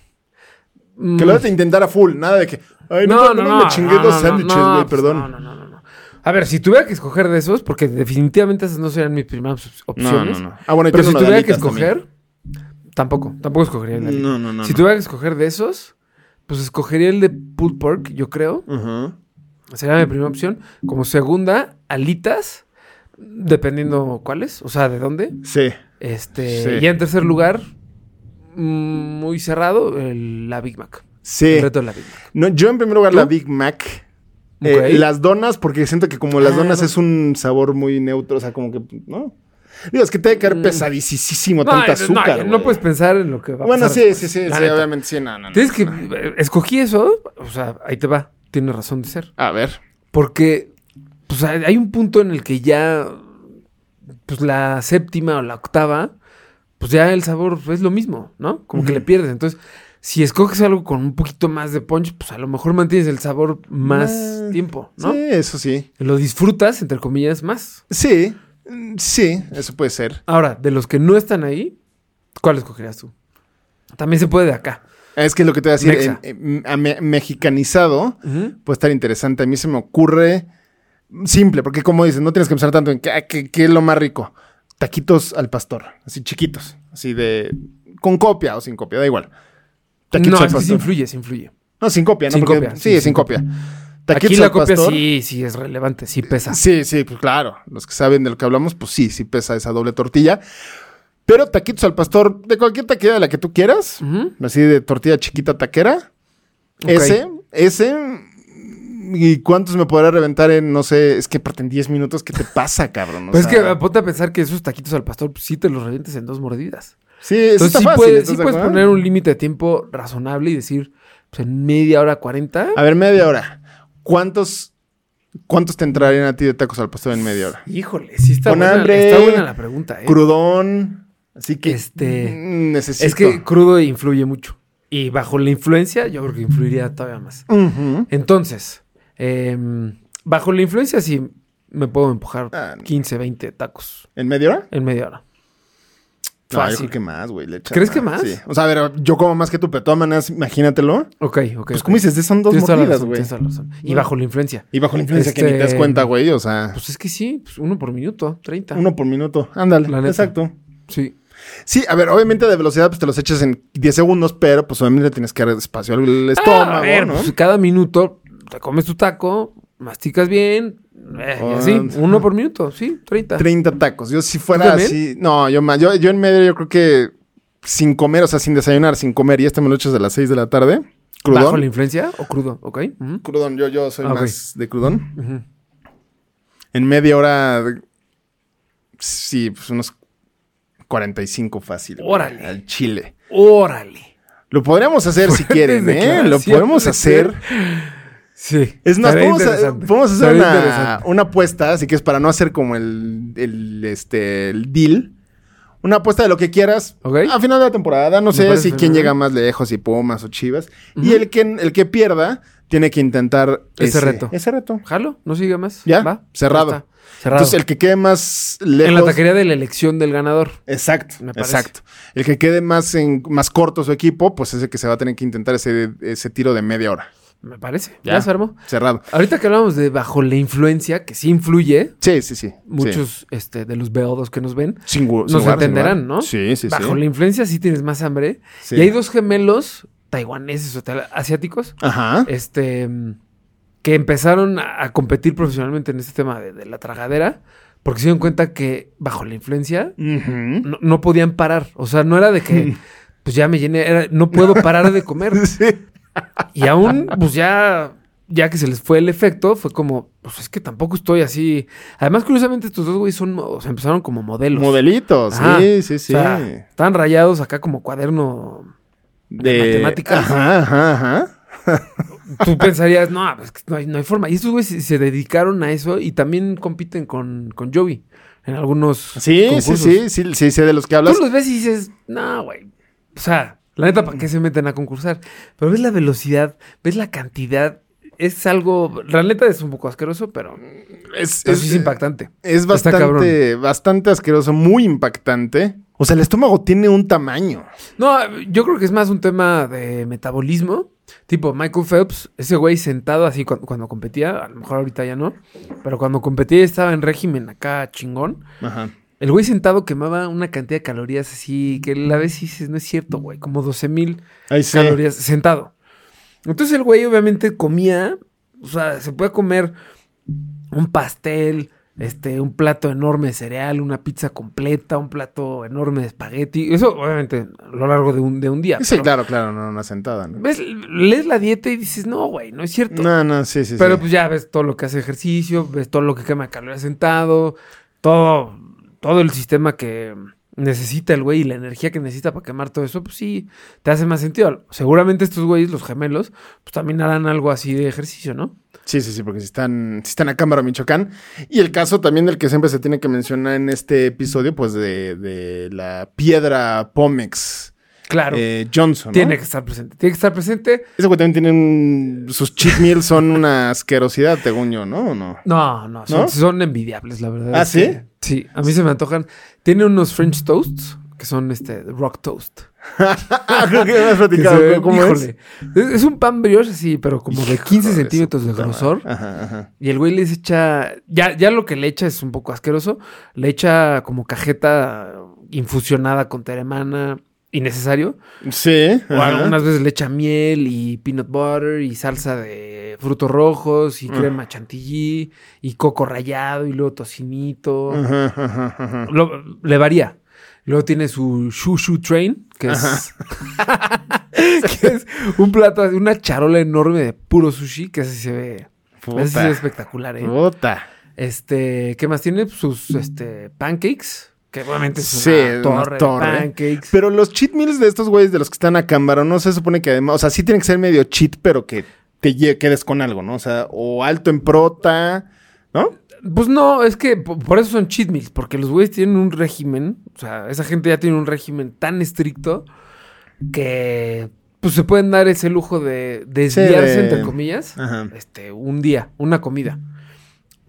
Speaker 7: Que lo vas a intentar a full, nada de que. Ay, no, no, no, me chingué
Speaker 8: no,
Speaker 7: dos
Speaker 8: no,
Speaker 7: sándwiches,
Speaker 8: no,
Speaker 7: güey,
Speaker 8: pues,
Speaker 7: perdón.
Speaker 8: No, no, no, no, no. A ver, si tuviera que escoger de esos, porque definitivamente esas no serían mis primeras op- opciones.
Speaker 7: no, no. Ah, bueno, yo
Speaker 8: pero
Speaker 7: no
Speaker 8: si
Speaker 7: de
Speaker 8: tuviera que
Speaker 7: alitas también.
Speaker 8: escoger, tampoco, tampoco escogería el de alitas.
Speaker 7: No, no, no,
Speaker 8: Si
Speaker 7: no.
Speaker 8: tuviera que escoger de esos, pues escogería el de pulled pork, yo creo.
Speaker 7: Ajá.
Speaker 8: Sería mi primera opción. Como segunda, alitas, dependiendo cuáles, o sea, de dónde.
Speaker 7: Sí.
Speaker 8: Este,
Speaker 7: Sí.
Speaker 8: Y en tercer lugar, mm, muy cerrado, el- la Big Mac.
Speaker 7: Sí.
Speaker 8: El reto de la Big Mac.
Speaker 7: No, yo en primer lugar
Speaker 8: ¿Tú?
Speaker 7: la Big Mac. Eh,
Speaker 8: Ok.
Speaker 7: las donas, porque siento que como las
Speaker 8: Ah,
Speaker 7: donas
Speaker 8: no.
Speaker 7: es un sabor muy neutro, o sea, como que, ¿no? Digo, es que te debe caer pesadísimo tanta
Speaker 8: Mm. no, no,
Speaker 7: azúcar.
Speaker 8: no,
Speaker 7: güey.
Speaker 8: puedes pensar en lo que va a
Speaker 7: Bueno,
Speaker 8: pasar
Speaker 7: sí,
Speaker 8: después,
Speaker 7: sí, sí,
Speaker 8: la
Speaker 7: sí,
Speaker 8: neta.
Speaker 7: obviamente, sí, no, no, no.
Speaker 8: Tienes que. eh, Escogí eso. O sea, ahí te va. Tiene razón de ser.
Speaker 7: A ver.
Speaker 8: Porque. Pues hay hay un punto en el que ya. Pues la séptima o la octava. Pues ya el sabor es lo mismo, ¿no? Como que le pierdes. Entonces, si escoges algo con un poquito más de punch, pues a lo mejor mantienes el sabor más
Speaker 7: Más-
Speaker 8: tiempo, ¿no?
Speaker 7: Sí, eso sí.
Speaker 8: Lo disfrutas, entre comillas, más.
Speaker 7: Sí, mm, sí, eso puede ser.
Speaker 8: Ahora, de los que no están ahí, ¿cuál escogerías tú? También se puede de acá.
Speaker 7: Es que lo que te voy a decir,
Speaker 8: Mexa.
Speaker 7: en- en- a me- mexicanizado puede estar interesante. A mí se me ocurre simple, porque como dices, no tienes que pensar tanto en qué, ah, qué- qué es lo más rico. Taquitos al pastor, así chiquitos, así de... con copia o sin copia, da igual. Taquitos
Speaker 8: no,
Speaker 7: al
Speaker 8: es que sí
Speaker 7: pastor.
Speaker 8: influye, sí influye.
Speaker 7: no, sin copia, ¿no?
Speaker 8: Sin
Speaker 7: Porque-
Speaker 8: copia,
Speaker 7: sí,
Speaker 8: sí,
Speaker 7: sin
Speaker 8: sin
Speaker 7: copia.
Speaker 8: Aquí
Speaker 7: Taquitos
Speaker 8: la
Speaker 7: al
Speaker 8: copia
Speaker 7: pastor.
Speaker 8: sí, sí es relevante, sí pesa.
Speaker 7: Sí, sí, pues claro. Los que saben de lo que hablamos, pues sí, sí pesa esa doble tortilla. Pero taquitos al pastor, de cualquier taquera de la que tú quieras,
Speaker 8: Ujú.
Speaker 7: así de tortilla chiquita taquera.
Speaker 8: Ok.
Speaker 7: Ese, ese. ¿Y cuántos me podrá reventar en, no sé, es que aparte en 10 minutos, ¿qué te pasa, cabrón? O
Speaker 8: Pues es
Speaker 7: sea,
Speaker 8: que ponte a pensar que esos taquitos al pastor, pues, sí te los revientes en dos mordidas.
Speaker 7: Sí, eso
Speaker 8: Entonces
Speaker 7: está
Speaker 8: pues sí,
Speaker 7: fácil.
Speaker 8: puedes,
Speaker 7: ¿estás
Speaker 8: sí
Speaker 7: de
Speaker 8: puedes
Speaker 7: acuerdo?
Speaker 8: poner un límite de tiempo razonable y decir, pues en media hora, 40.
Speaker 7: A ver, media hora. ¿Cuántos, ¿Cuántos te entrarían a ti de tacos al pastor en media hora?
Speaker 8: Híjole, sí está
Speaker 7: Con
Speaker 8: buena,
Speaker 7: hambre,
Speaker 8: está buena la pregunta. ¿eh?
Speaker 7: Crudón. Así que.
Speaker 8: Este,
Speaker 7: mm, necesito.
Speaker 8: Es que crudo influye mucho. Y bajo la influencia, yo creo que influiría todavía más.
Speaker 7: Ujú.
Speaker 8: Entonces, em, bajo la influencia sí me puedo empujar
Speaker 7: Ah, no.
Speaker 8: 15, 20 tacos
Speaker 7: ¿En media hora?
Speaker 8: en media hora.
Speaker 7: No, yo
Speaker 8: Fácil.
Speaker 7: creo que más, güey. le echas
Speaker 8: ¿Crees que más?
Speaker 7: Sí. O sea, a ver, yo como más que tú, pero de todas maneras, imagínatelo.
Speaker 8: Ok, ok.
Speaker 7: Pues,
Speaker 8: ok.
Speaker 7: como dices, son dos
Speaker 8: Tienes toda la
Speaker 7: mordidas,
Speaker 8: razón,
Speaker 7: güey.
Speaker 8: tienes toda la razón. Y
Speaker 7: No.
Speaker 8: bajo la influencia.
Speaker 7: Y bajo la influencia que ni te das
Speaker 8: Este,
Speaker 7: cuenta, güey. O sea,
Speaker 8: Pues es que sí, pues uno por minuto, 30.
Speaker 7: uno por minuto. Ándale,
Speaker 8: La neta.
Speaker 7: exacto.
Speaker 8: Sí.
Speaker 7: Sí, a ver, obviamente de velocidad, pues te los echas en 10 segundos, pero pues obviamente le tienes que dar espacio al estómago,
Speaker 8: Ah, a ver,
Speaker 7: ¿no?
Speaker 8: pues, cada minuto te comes tu taco, masticas bien, eh, y así,
Speaker 7: Ah,
Speaker 8: uno por minuto, sí, 30.
Speaker 7: 30 tacos. Yo si fuera
Speaker 8: también?
Speaker 7: así. No, yo más. Yo, yo en medio, yo creo que sin comer, o sea, sin desayunar, sin comer, y este me lo echas a las 6 de la tarde. Crudón.
Speaker 8: ¿Bajo la influencia o crudo? ¿Ok? ujú.
Speaker 7: Crudón, yo, yo soy
Speaker 8: Ah, ok.
Speaker 7: más de crudón. En media hora, sí, pues unos 45 fácil. güey,
Speaker 8: Órale.
Speaker 7: Al chile.
Speaker 8: Órale.
Speaker 7: Lo podríamos hacer si quieren, ¿eh? Lo
Speaker 8: declaraciones,
Speaker 7: podemos hacer.
Speaker 8: Sí.
Speaker 7: Es más,
Speaker 8: estaría
Speaker 7: podemos, a-
Speaker 8: interesante,
Speaker 7: podemos hacer
Speaker 8: estaría
Speaker 7: una,
Speaker 8: interesante.
Speaker 7: una apuesta, así que es para no hacer como el, el, este, el deal. Una apuesta de lo que quieras.
Speaker 8: Ok.
Speaker 7: A final de la temporada, no
Speaker 8: Me
Speaker 7: sé
Speaker 8: parece
Speaker 7: si quién
Speaker 8: fenomenal.
Speaker 7: llega más lejos, si Pumas o Chivas. Y el que, el que pierda tiene que intentar
Speaker 8: Ese reto.
Speaker 7: Ese reto.
Speaker 8: Jalo, no sigue más.
Speaker 7: Ya,
Speaker 8: Va.
Speaker 7: cerrado.
Speaker 8: Ya está. Cerrado.
Speaker 7: Entonces, el que quede más lejos.
Speaker 8: en la taquería de la elección del ganador.
Speaker 7: Exacto,
Speaker 8: Me parece.
Speaker 7: exacto. El que quede más, en, más corto su equipo, pues es el que se va a tener que intentar ese, ese tiro de media hora.
Speaker 8: Me parece.
Speaker 7: Ya.
Speaker 8: Ya, se armó.
Speaker 7: Cerrado.
Speaker 8: Ahorita que hablamos de bajo la influencia, que sí influye,
Speaker 7: Sí, sí, sí. sí.
Speaker 8: muchos este, de los beodos que nos ven
Speaker 7: Sin gu- Pues, sin
Speaker 8: nos
Speaker 7: lugar, sin
Speaker 8: entenderán,
Speaker 7: lugar.
Speaker 8: ¿no?
Speaker 7: Sí, sí,
Speaker 8: Bajo
Speaker 7: sí.
Speaker 8: la influencia sí tienes más hambre.
Speaker 7: Sí.
Speaker 8: Y hay dos gemelos taiwaneses o tal- asiáticos
Speaker 7: Ajá.
Speaker 8: este, mm, que empezaron a, a competir profesionalmente en este tema de, de la tragadera porque se dieron cuenta que bajo la influencia
Speaker 7: Ujú.
Speaker 8: no, no podían parar. O sea, no era de que, pues ya me llené, era, no puedo parar de comer.
Speaker 7: Sí.
Speaker 8: Y aún, pues ya, ya que se les fue el efecto, fue como, pues es que tampoco estoy así. Además, curiosamente, estos dos güeyes son, mo- o sea, empezaron como modelos.
Speaker 7: Modelitos,
Speaker 8: Ajá.
Speaker 7: sí, sí, sí.
Speaker 8: O sea, estaban rayados acá como cuaderno.
Speaker 7: de
Speaker 8: matemáticas.
Speaker 7: Ajá, ajá, ajá.
Speaker 8: Tú pensarías, no, pues, que no hay, no hay forma. Y estos güeyes se- se dedicaron a eso y también compiten con, con Joey en algunos.
Speaker 7: Sí, sí,
Speaker 8: concursos.
Speaker 7: sí, sí, sí, sé de los que hablas.
Speaker 8: Tú los ves y dices, no, güey. O sea, la neta, ¿para qué se meten a concursar? Pero ves la velocidad, ves la cantidad. Es algo, la neta es un poco asqueroso, pero,
Speaker 7: Es,
Speaker 8: pero
Speaker 7: es-
Speaker 8: sí es impactante.
Speaker 7: es
Speaker 8: Está cabrón.
Speaker 7: bastante, bastante asqueroso, muy impactante. O sea, el estómago tiene un tamaño.
Speaker 8: No, yo creo que es más un tema de metabolismo. Tipo Michael Phelps, ese güey sentado así cuando, cuando competía, a lo mejor ahorita ya no, pero cuando competía y estaba en régimen acá chingón.
Speaker 7: Ajá.
Speaker 8: El güey sentado quemaba una cantidad de calorías así que la vez dices, no es cierto, güey, como 12 mil
Speaker 7: Ahí sí.
Speaker 8: calorías sentado. Entonces el güey obviamente comía, o sea, se puede comer un pastel, este, un plato enorme de cereal, una pizza completa, un plato enorme de espagueti. Eso obviamente a lo largo de un, de un día.
Speaker 7: Sí,
Speaker 8: pero
Speaker 7: claro, claro, no, una sentada. ¿no?
Speaker 8: Ves, lees la dieta y dices, no, güey, no es cierto.
Speaker 7: No, no, sí, sí.
Speaker 8: Pero
Speaker 7: sí.
Speaker 8: pues ya ves todo lo que hace ejercicio, ves todo lo que quema calorías sentado, todo, todo el sistema que necesita el güey y la energía que necesita para quemar todo eso, pues sí, te hace más sentido. Seguramente estos güeyes, los gemelos, pues también harán algo así de ejercicio, ¿no?
Speaker 7: Sí, sí, sí, porque si están, si están a cámara Michoacán. Y el caso también del que siempre se tiene que mencionar en este episodio, pues de, de la piedra Pomex
Speaker 8: Claro.
Speaker 7: eh, Johnson. ¿no?
Speaker 8: Tiene que estar presente. Tiene que estar presente.
Speaker 7: Ese güey también tiene un- Sus cheat meals son una asquerosidad, según yo, ¿no? ¿O no?
Speaker 8: No, no, son,
Speaker 7: ¿No?
Speaker 8: son envidiables, la verdad.
Speaker 7: ¿Ah,
Speaker 8: es que- Sí, a mí se me antojan. Tiene unos French toasts, que son este, rock toast.
Speaker 7: Ah, Creo que me has
Speaker 8: que
Speaker 7: platicado.
Speaker 8: se ve-
Speaker 7: ¿Cómo- cómo es?
Speaker 8: híjole. es? es un pan brioche así, pero como de 15
Speaker 7: Híjole,
Speaker 8: centímetros
Speaker 7: su
Speaker 8: de
Speaker 7: puta madre.
Speaker 8: grosor.
Speaker 7: Ajá, ajá.
Speaker 8: Y el güey les echa. Ya, ya lo que le echa es un poco asqueroso. Le echa como cajeta infusionada con teremana. Innecesario.
Speaker 7: Sí.
Speaker 8: O
Speaker 7: ajá.
Speaker 8: algunas veces le echa miel y peanut butter y salsa de frutos rojos
Speaker 7: Ah.
Speaker 8: y crema chantilly y coco rallado y luego tocinito.
Speaker 7: Ajá, ajá, ajá.
Speaker 8: Lo- le varía. Luego tiene su Shoo Shoo Train, que es, que es un plato, una charola enorme de puro sushi, que así se ve. ese sí se
Speaker 7: Puta. Oh.
Speaker 8: ve espectacular, ¿eh?
Speaker 7: Puta.
Speaker 8: Este, ¿qué más tiene? Sus este, pancakes, que obviamente es
Speaker 7: Sí,
Speaker 8: una
Speaker 7: una
Speaker 8: torre, de
Speaker 7: torre.
Speaker 8: pancakes.
Speaker 7: Pero los cheat meals de estos güeyes de los que están a cámara, no se supone que además, o sea, sí tienen que ser medio cheat, pero que te lle- quedes con algo, ¿no? O sea, o alto en prota, ¿no?
Speaker 8: Pues no, es que po- por eso son cheat meals, porque los güeyes tienen un régimen, o sea, esa gente ya tiene un régimen tan estricto que pues se pueden dar ese lujo de desviarse,
Speaker 7: de-
Speaker 8: entre comillas,
Speaker 7: Ajá.
Speaker 8: este, un día, una comida.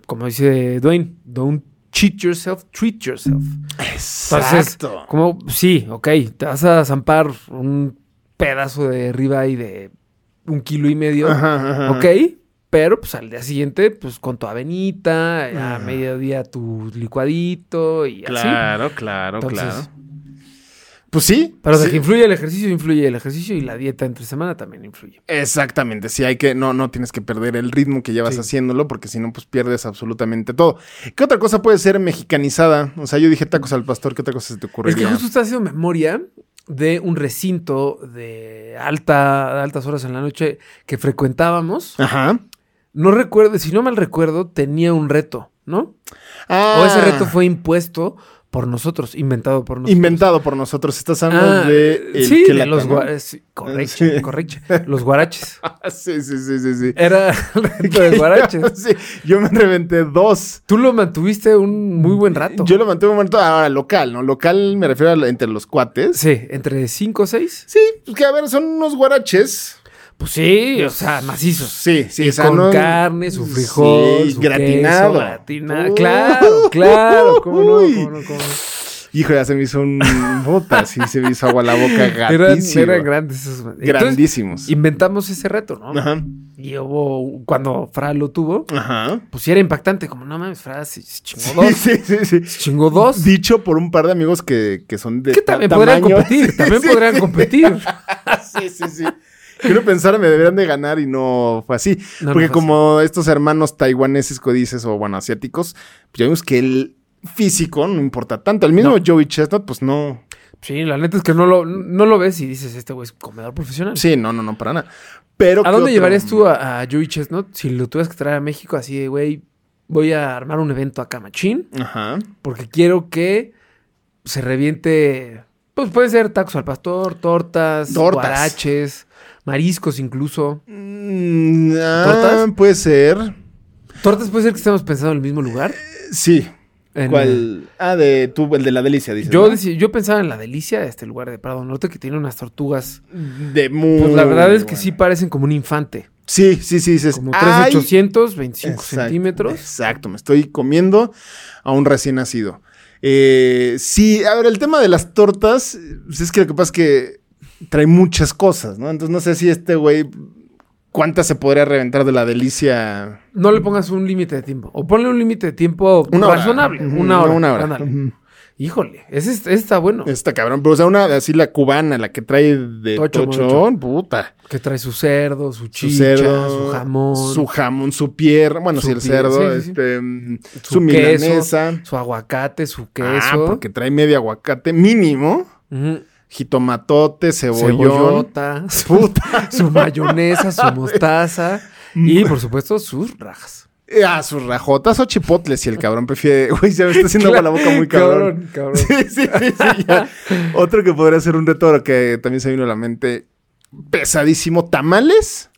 Speaker 8: Como dice Dwayne, don't cheat yourself, treat yourself. Entonces, como, sí, ok, te vas a zampar un pedazo de ribeye de un kilo y medio.
Speaker 7: Ajá, ajá.
Speaker 8: Ok, pero pues al día siguiente, pues con tu avenita, a mediodía tu licuadito y así.
Speaker 7: claro,
Speaker 8: Entonces,
Speaker 7: Pues sí.
Speaker 8: Pero de
Speaker 7: sí.
Speaker 8: que influye el ejercicio, influye el ejercicio y la dieta entre semana también influye.
Speaker 7: Exactamente, sí hay que, no, no tienes que perder el ritmo que llevas
Speaker 8: Sí.
Speaker 7: haciéndolo, porque si no, pues pierdes absolutamente todo. ¿Qué otra cosa puede ser mexicanizada? O sea, yo dije tacos al pastor, ¿qué otra cosa se te ocurre?
Speaker 8: Es que justo está haciendo memoria de un recinto de alta, altas horas en la noche que frecuentábamos.
Speaker 7: Ajá.
Speaker 8: No recuerdo, si no mal recuerdo, tenía un reto, ¿no?
Speaker 7: Ah,
Speaker 8: O ese reto fue impuesto por nosotros, inventado por nosotros.
Speaker 7: inventado por nosotros. Estás hablando
Speaker 8: Ah,
Speaker 7: de. el
Speaker 8: sí,
Speaker 7: Querétaro,
Speaker 8: de los
Speaker 7: ¿no?
Speaker 8: guaraches.
Speaker 7: Sí.
Speaker 8: Los guaraches.
Speaker 7: Ah, sí, sí, sí, sí, sí.
Speaker 8: Era el reto de guaraches.
Speaker 7: Sí, yo me reventé dos.
Speaker 8: Tú lo mantuviste un muy buen rato.
Speaker 7: Yo lo mantuve un momento ahora local, ¿no? Local me refiero a la- entre los cuates.
Speaker 8: Sí, entre 5 o 6.
Speaker 7: Sí, pues que a ver, son unos guaraches.
Speaker 8: Pues sí, o sea, macizos.
Speaker 7: Sí, sí,
Speaker 8: Y
Speaker 7: o sea,
Speaker 8: con
Speaker 7: no-
Speaker 8: carne, su frijol,
Speaker 7: Sí,
Speaker 8: su
Speaker 7: gratinado.
Speaker 8: queso, gratinado.
Speaker 7: Uy.
Speaker 8: Claro, claro. ¿Cómo no?
Speaker 7: Uy.
Speaker 8: ¿Cómo no? ¿Cómo no?
Speaker 7: Hijo, ya se me hizo un bota, sí, se me hizo agua la boca
Speaker 8: Eran,
Speaker 7: gatísimo.
Speaker 8: eran grandes esos. Entonces,
Speaker 7: Grandísimos.
Speaker 8: inventamos ese reto, ¿no?
Speaker 7: Ajá,
Speaker 8: Y hubo, cuando Fra lo tuvo,
Speaker 7: ajá.
Speaker 8: pues sí era impactante. Como, no mames, Fra, se se chingó
Speaker 7: Sí,
Speaker 8: dos.
Speaker 7: sí, sí, sí.
Speaker 8: Se chingó dos.
Speaker 7: Dicho por un par de amigos que, que son de
Speaker 8: Que
Speaker 7: ta-
Speaker 8: también podrían
Speaker 7: tamaño-
Speaker 8: competir. También
Speaker 7: Sí,
Speaker 8: podrían
Speaker 7: sí.
Speaker 8: competir.
Speaker 7: sí, sí, sí. Quiero pensar, me deberían de ganar y no fue así.
Speaker 8: No, no
Speaker 7: Porque
Speaker 8: fue
Speaker 7: como estos hermanos taiwaneses codices o, bueno, asiáticos, pues ya vimos que el físico no importa tanto. El mismo
Speaker 8: No.
Speaker 7: Joey Chestnut, pues no.
Speaker 8: Sí, la neta es que no lo, no lo ves y dices, este güey es comedor profesional.
Speaker 7: Sí, no, no, no, para nada. Pero
Speaker 8: ¿A
Speaker 7: ¿qué
Speaker 8: dónde
Speaker 7: otro?
Speaker 8: llevarías tú a, a Joey Chestnut si lo tuvieras que traer a México así de, güey, voy a armar un evento acá, machín,
Speaker 7: Ajá.
Speaker 8: porque quiero que se reviente, pues puede ser tacos al pastor, tortas,
Speaker 7: Tortas.
Speaker 8: guaraches, mariscos incluso.
Speaker 7: Mm, ah,
Speaker 8: ¿Tortas?
Speaker 7: Puede ser.
Speaker 8: ¿Tortas puede ser que estemos pensando en el mismo lugar?
Speaker 7: Sí.
Speaker 8: En-
Speaker 7: ¿Cuál? Ah, de tú, el de la delicia, dices.
Speaker 8: Yo,
Speaker 7: ¿no?
Speaker 8: deci- yo pensaba en La Delicia, este lugar de Prado Norte, que tiene unas tortugas.
Speaker 7: De muy.
Speaker 8: Pues la verdad es que
Speaker 7: buena.
Speaker 8: sí parecen como un infante.
Speaker 7: Sí, sí, sí. dices,
Speaker 8: Como
Speaker 7: "Ay,
Speaker 8: 3,800, 25
Speaker 7: Exacto,
Speaker 8: centímetros.
Speaker 7: Exacto, me estoy comiendo a un recién nacido. Eh, sí, a ver, el tema de las tortas, pues es que lo que pasa es que trae muchas cosas, ¿no? Entonces no sé si este güey, ¿cuántas se podría reventar de la delicia?
Speaker 8: No le pongas un límite de tiempo. O ponle un límite de tiempo
Speaker 7: Una hora.
Speaker 8: razonable.
Speaker 7: Ujú,
Speaker 8: Una hora.
Speaker 7: una hora.
Speaker 8: ándale.
Speaker 7: Ujú.
Speaker 8: Híjole, ese, es- ese está bueno.
Speaker 7: Esta cabrón, pero o sea, una así la cubana, la que trae de
Speaker 8: Tocho,
Speaker 7: tochón, puta.
Speaker 8: Que trae su cerdo, su
Speaker 7: Su
Speaker 8: chicha, su,
Speaker 7: cerdo,
Speaker 8: jamón,
Speaker 7: su jamón, su pierna, bueno,
Speaker 8: Su
Speaker 7: sí, el
Speaker 8: pierna,
Speaker 7: cerdo,
Speaker 8: sí, sí, sí.
Speaker 7: este, mm, su,
Speaker 8: queso,
Speaker 7: milanesa.
Speaker 8: su aguacate, su queso.
Speaker 7: Ah, porque trae medio aguacate mínimo,
Speaker 8: Ujú.
Speaker 7: jitomatote, cebollón.
Speaker 8: cebollota, su,
Speaker 7: Puta.
Speaker 8: su mayonesa, su mostaza y por supuesto sus rajas.
Speaker 7: Eh, A sus rajotas o chipotles, si el cabrón prefiere. Güey, ya me está haciendo agua la boca muy cabrón.
Speaker 8: Cabrón, cabrón.
Speaker 7: Sí, sí, sí, sí, ya. Otro que podría ser un reto que también se vino a la mente. Pesadísimo. Tamales,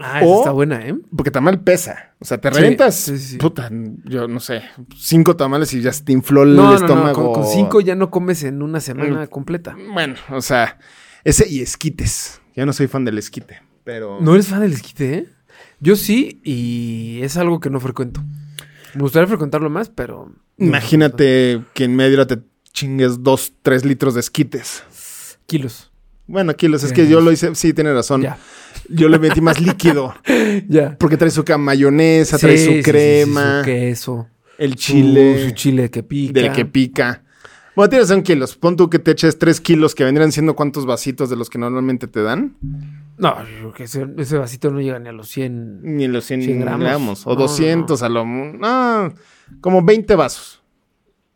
Speaker 8: Ah, esa
Speaker 7: O-
Speaker 8: está buena, ¿eh?
Speaker 7: porque tamal pesa. O sea, te
Speaker 8: Sí,
Speaker 7: reventas.
Speaker 8: sí, sí, sí.
Speaker 7: Puta, yo no sé. Cinco tamales y ya se te infló el
Speaker 8: No, no, no,
Speaker 7: estómago.
Speaker 8: con, con cinco ya no comes en una semana completa.
Speaker 7: Bueno, o sea, ese y esquites. Yo no soy fan del esquite, pero.
Speaker 8: ¿No eres fan del esquite, eh? Yo sí, y es algo que no frecuento. Me gustaría frecuentarlo más, pero.
Speaker 7: Imagínate que en media hora te chingues dos, tres litros de esquites.
Speaker 8: Kilos.
Speaker 7: Bueno, kilos, es que yo lo hice, sí, tiene razón.
Speaker 8: Ya.
Speaker 7: Yo le metí más líquido.
Speaker 8: Ya.
Speaker 7: Porque trae su ca- mayonesa, trae
Speaker 8: Sí, sí, sí, sí,
Speaker 7: su crema,
Speaker 8: su queso.
Speaker 7: el
Speaker 8: su-
Speaker 7: chile
Speaker 8: Su, chile que pica.
Speaker 7: del que pica. Bueno, tienes un kilos. Pon tú que te eches tres kilos, que vendrían siendo cuántos vasitos de los que normalmente te dan.
Speaker 8: No, yo creo que ese, ese vasito no llega ni a los 100.
Speaker 7: Ni los 100,
Speaker 8: 100 gramos.
Speaker 7: gramos.
Speaker 8: No,
Speaker 7: O 200 a lo... mu- No, como 20 vasos.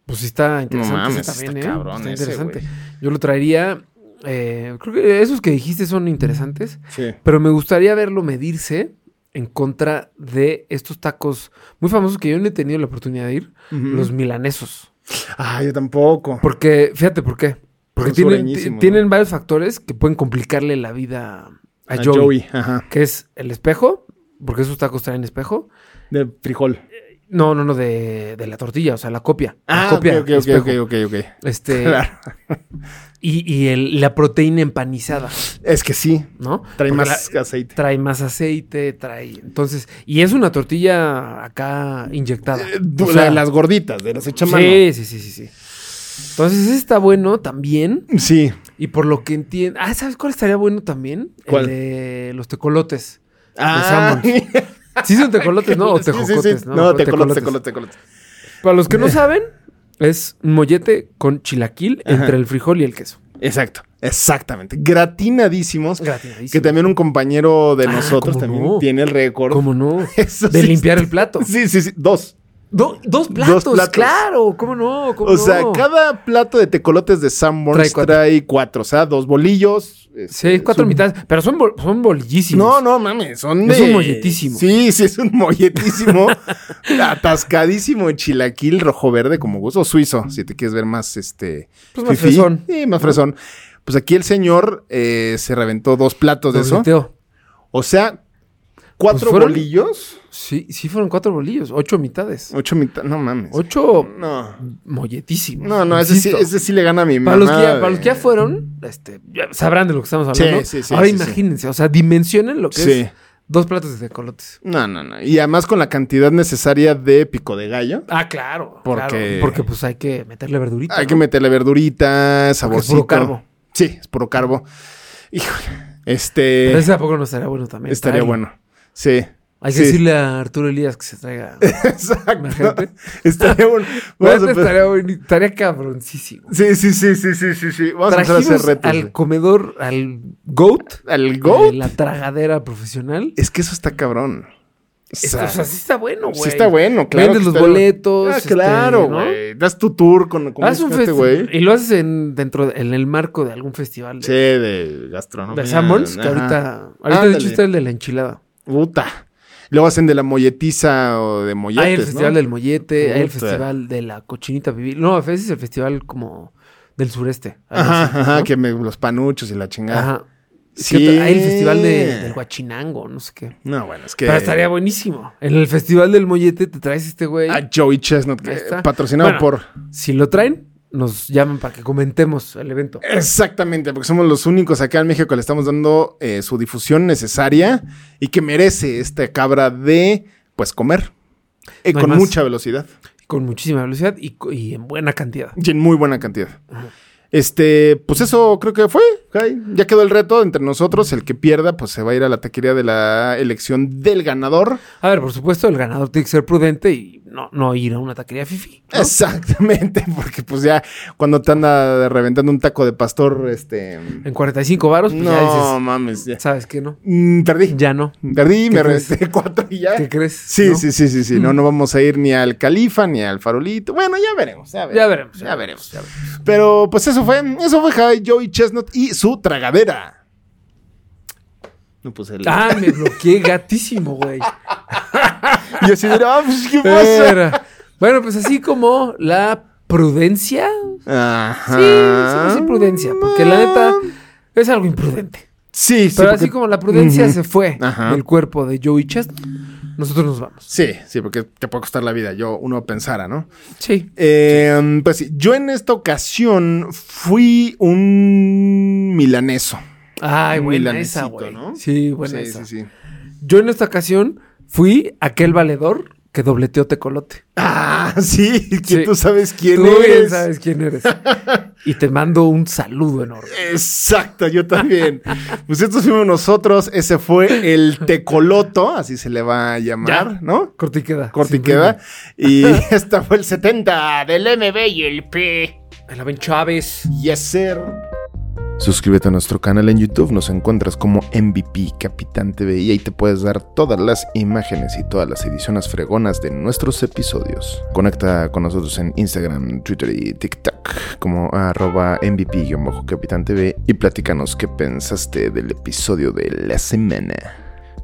Speaker 8: Pues sí está interesante.
Speaker 7: mames,
Speaker 8: ese también,
Speaker 7: está
Speaker 8: ¿eh?
Speaker 7: cabrón
Speaker 8: Está
Speaker 7: ese,
Speaker 8: interesante.
Speaker 7: güey.
Speaker 8: Yo lo traería. eh, creo que esos que dijiste son interesantes.
Speaker 7: Sí.
Speaker 8: Pero me gustaría verlo medirse en contra de estos tacos muy famosos que yo no he tenido la oportunidad de ir. Los milanesos.
Speaker 7: Ah, yo tampoco.
Speaker 8: Porque, fíjate por qué. Porque tienen, ti-
Speaker 7: sureñísimos,
Speaker 8: tienen varios factores que pueden complicarle la vida a,
Speaker 7: A
Speaker 8: Joey,
Speaker 7: Joey, ajá.
Speaker 8: Que es el espejo, porque esos tacos traen espejo.
Speaker 7: De frijol.
Speaker 8: No, no, no, de, de la tortilla, o sea, la copia.
Speaker 7: Ah,
Speaker 8: La
Speaker 7: ok,
Speaker 8: copia,
Speaker 7: ok, ok,
Speaker 8: espejo.
Speaker 7: ok, ok, ok.
Speaker 8: Este,
Speaker 7: Claro.
Speaker 8: Y, y el- la proteína empanizada,
Speaker 7: Es que sí.
Speaker 8: ¿no?
Speaker 7: Trae
Speaker 8: Porque
Speaker 7: más
Speaker 8: la-
Speaker 7: aceite.
Speaker 8: trae más aceite, trae. Entonces, y es una tortilla acá inyectada.
Speaker 7: Eh,
Speaker 8: O
Speaker 7: la-
Speaker 8: sea,
Speaker 7: las gorditas, de las hechas
Speaker 8: sí, sí, sí, sí, sí. Entonces, ese está bueno también.
Speaker 7: mano. Sí.
Speaker 8: Y por lo que entiendo. Ah, ¿sabes cuál estaría bueno también?
Speaker 7: ¿Cuál?
Speaker 8: El de los tecolotes.
Speaker 7: Ah,
Speaker 8: De Sanborns. Sí, son tecolotes, ¿no? O
Speaker 7: sí, sí, sí.
Speaker 8: tejocotes, ¿no?
Speaker 7: No,
Speaker 8: Pero
Speaker 7: tecolotes, tecolotes, tecolotes.
Speaker 8: Para los que no saben, es un mollete con chilaquil entre el frijol y el queso.
Speaker 7: Exacto. Exactamente. Gratinadísimos.
Speaker 8: Gratinadísimos.
Speaker 7: Que también un compañero de
Speaker 8: Ah,
Speaker 7: nosotros
Speaker 8: ¿cómo
Speaker 7: también
Speaker 8: no?
Speaker 7: tiene el récord.
Speaker 8: ¿Cómo no?
Speaker 7: Eso
Speaker 8: de
Speaker 7: sí
Speaker 8: limpiar
Speaker 7: está-
Speaker 8: el plato.
Speaker 7: Sí, sí, sí. Dos.
Speaker 8: Do- dos, platos,
Speaker 7: platos.
Speaker 8: claro. ¿Cómo no? ¿Cómo
Speaker 7: O sea,
Speaker 8: no?
Speaker 7: cada plato de tecolotes de Sanborns
Speaker 8: Trae
Speaker 7: trae
Speaker 8: cuatro.
Speaker 7: cuatro. O sea, dos bolillos.
Speaker 8: Sí,
Speaker 7: este,
Speaker 8: cuatro
Speaker 7: su-
Speaker 8: mitades. Pero son, bol- son bolillísimos.
Speaker 7: No, no, mames, son
Speaker 8: Es
Speaker 7: de-
Speaker 8: un molletísimo.
Speaker 7: Sí, sí, es un molletísimo. atascadísimo en chilaquil rojo verde como gusto. O suizo, si te quieres ver más este.
Speaker 8: Pues más
Speaker 7: fifí.
Speaker 8: fresón.
Speaker 7: Sí, más fresón. Pues aquí el señor eh, se reventó dos platos de eso.
Speaker 8: Dobleteo.
Speaker 7: O sea, cuatro
Speaker 8: Pues fueron-
Speaker 7: bolillos.
Speaker 8: Sí, sí fueron cuatro bolillos. Ocho mitades.
Speaker 7: Ocho mitad. No mames.
Speaker 8: Ocho
Speaker 7: No.
Speaker 8: molletísimos.
Speaker 7: No, no, ese sí,
Speaker 8: insisto.
Speaker 7: ese sí le gana a mi mamá.
Speaker 8: Para los, que ya, para
Speaker 7: de-
Speaker 8: los que ya fueron, este, ya sabrán de lo que estamos hablando.
Speaker 7: Sí, sí, sí,
Speaker 8: Ahora
Speaker 7: sí, sí.
Speaker 8: imagínense, o sea, dimensionen lo que
Speaker 7: Sí.
Speaker 8: es dos platos de tecolotes.
Speaker 7: No, no, no. Y además con la cantidad necesaria de pico de gallo.
Speaker 8: Ah, claro.
Speaker 7: Porque-
Speaker 8: claro, porque pues hay que meterle verdurita.
Speaker 7: Hay
Speaker 8: ¿no?
Speaker 7: que meterle verdurita,
Speaker 8: Porque es
Speaker 7: saborcito.
Speaker 8: puro carbo.
Speaker 7: Sí, es puro carbo. Híjole. Este
Speaker 8: Pero ese a poco no estaría bueno también.
Speaker 7: estaría
Speaker 8: traerlo?
Speaker 7: bueno. Sí.
Speaker 8: Hay que
Speaker 7: sí.
Speaker 8: decirle a Arturo Elías que se traiga.
Speaker 7: Exacto.
Speaker 8: Imagínate.
Speaker 7: Estaría bueno. Vamos
Speaker 8: Neta,
Speaker 7: a empezar-
Speaker 8: estaría, bueno, estaría cabroncísimo.
Speaker 7: Sí, sí, sí, sí, sí, sí, sí. Vamos a
Speaker 8: Trajimos
Speaker 7: empezar a hacer retos.
Speaker 8: al comedor, al goat,
Speaker 7: güey. ¿Al goat?
Speaker 8: de la tragadera profesional.
Speaker 7: Es que eso está cabrón.
Speaker 8: Es- o sea, sí está bueno, güey.
Speaker 7: sí está bueno, claro.
Speaker 8: Vendes
Speaker 7: que
Speaker 8: los
Speaker 7: está-
Speaker 8: boletos,
Speaker 7: Ah,
Speaker 8: este,
Speaker 7: claro,
Speaker 8: ¿no?
Speaker 7: güey. Das tu tour con, con
Speaker 8: Haz un
Speaker 7: este
Speaker 8: festival.
Speaker 7: güey.
Speaker 8: Y lo haces en, dentro, de- en el marco de algún festival.
Speaker 7: Sí,
Speaker 8: De,
Speaker 7: de gastronomía.
Speaker 8: de Sanborns, que
Speaker 7: Ajá.
Speaker 8: ahorita. Ahorita, de hecho,
Speaker 7: Ándale.
Speaker 8: está el de la enchilada.
Speaker 7: Puta. Luego hacen de la molletiza o de molletes,
Speaker 8: hay el festival
Speaker 7: ¿no?
Speaker 8: del mollete, hay el
Speaker 7: Puta.
Speaker 8: festival de la cochinita pibil. No, ese es el festival como del sureste. algo
Speaker 7: Ajá,
Speaker 8: así,
Speaker 7: ajá,
Speaker 8: ¿no?
Speaker 7: que me- los panuchos y la chingada.
Speaker 8: Ajá. Es
Speaker 7: Sí.
Speaker 8: que otra- Hay el festival de- del Huachinango, no sé qué.
Speaker 7: No, bueno, es que.
Speaker 8: Pero estaría buenísimo. En el festival del mollete te traes este güey.
Speaker 7: A Joey Chestnut, que-
Speaker 8: Ahí está.
Speaker 7: Ah, patrocinado
Speaker 8: Bueno,
Speaker 7: por.
Speaker 8: Si lo traen, nos llaman para que comentemos el evento.
Speaker 7: Exactamente, porque somos los únicos acá en México que le estamos dando eh, su difusión necesaria y que merece esta cabra de, pues, comer eh,
Speaker 8: No hay
Speaker 7: con
Speaker 8: más.
Speaker 7: mucha velocidad.
Speaker 8: con muchísima velocidad y, co- y en buena cantidad.
Speaker 7: Y en muy buena cantidad. Este, pues eso creo que fue. Kai. Ya quedó el reto entre nosotros. El que pierda, pues se va a ir a la taquería de la elección del ganador.
Speaker 8: A ver, por supuesto, el ganador tiene que ser prudente y no, no ir a una taquería fifi.
Speaker 7: Exactamente, porque pues ya cuando te anda reventando un taco de pastor, este.
Speaker 8: En 45 varos, pues
Speaker 7: no
Speaker 8: ya dices,
Speaker 7: mames, ya.
Speaker 8: ¿sabes qué no?
Speaker 7: Mm, perdí.
Speaker 8: Ya no.
Speaker 7: Perdí, me
Speaker 8: crees?
Speaker 7: resté cuatro y ya.
Speaker 8: ¿Qué crees?
Speaker 7: Sí,
Speaker 8: ¿No?
Speaker 7: sí, sí, sí, sí. No, Mm. no vamos a ir ni al califa ni al farolito. Bueno, ya veremos, ya veremos.
Speaker 8: Ya veremos,
Speaker 7: Ya veremos. ya veremos. Pero pues eso fue, eso fue High Joey Chestnut y su tragadera. No puse el.
Speaker 8: Ah, me bloqueé gatísimo, güey.
Speaker 7: Y así de, ah, pues, ¿qué pasa?
Speaker 8: Era. Bueno, pues así como la prudencia.
Speaker 7: Ajá.
Speaker 8: Sí, se me hace prudencia, porque la neta es algo imprudente.
Speaker 7: Sí, sí.
Speaker 8: Pero
Speaker 7: porque-
Speaker 8: así como la prudencia
Speaker 7: Ujú.
Speaker 8: se fue
Speaker 7: Ajá.
Speaker 8: del cuerpo de Joey Chestnut, nosotros nos vamos.
Speaker 7: Sí, sí, porque te puede costar la vida. Yo, uno pensara, ¿no?
Speaker 8: Sí.
Speaker 7: Eh, pues sí, yo en esta ocasión fui un milaneso.
Speaker 8: Ay, buena
Speaker 7: Milanesito,
Speaker 8: esa, güey.
Speaker 7: ¿no?
Speaker 8: Sí, buena
Speaker 7: sí,
Speaker 8: esa.
Speaker 7: sí, sí.
Speaker 8: Yo en esta ocasión fui aquel valedor que dobleteó tecolote.
Speaker 7: Ah, sí, que
Speaker 8: Sí.
Speaker 7: tú sabes quién
Speaker 8: Tú bien
Speaker 7: eres.
Speaker 8: sabes quién eres. y te mando un saludo enorme.
Speaker 7: Exacto, yo también. pues estos fuimos nosotros. Ese fue el tecoloto, así se le va a llamar, ¿no?
Speaker 8: Corta y queda.
Speaker 7: Corta y
Speaker 8: Sin
Speaker 7: queda.
Speaker 8: brinco.
Speaker 7: Y esta fue el 70 del MB y el P.
Speaker 8: Me la ven Chávez.
Speaker 7: Yes, sir. Suscríbete a nuestro canal en YouTube, nos encuentras como MVP Capitán TV y ahí te puedes dar todas las imágenes y todas las ediciones fregonas de nuestros episodios. Conecta con nosotros en Instagram, Twitter y TikTok como arroba MVP-Capitán TV y platícanos qué pensaste del episodio de la semana.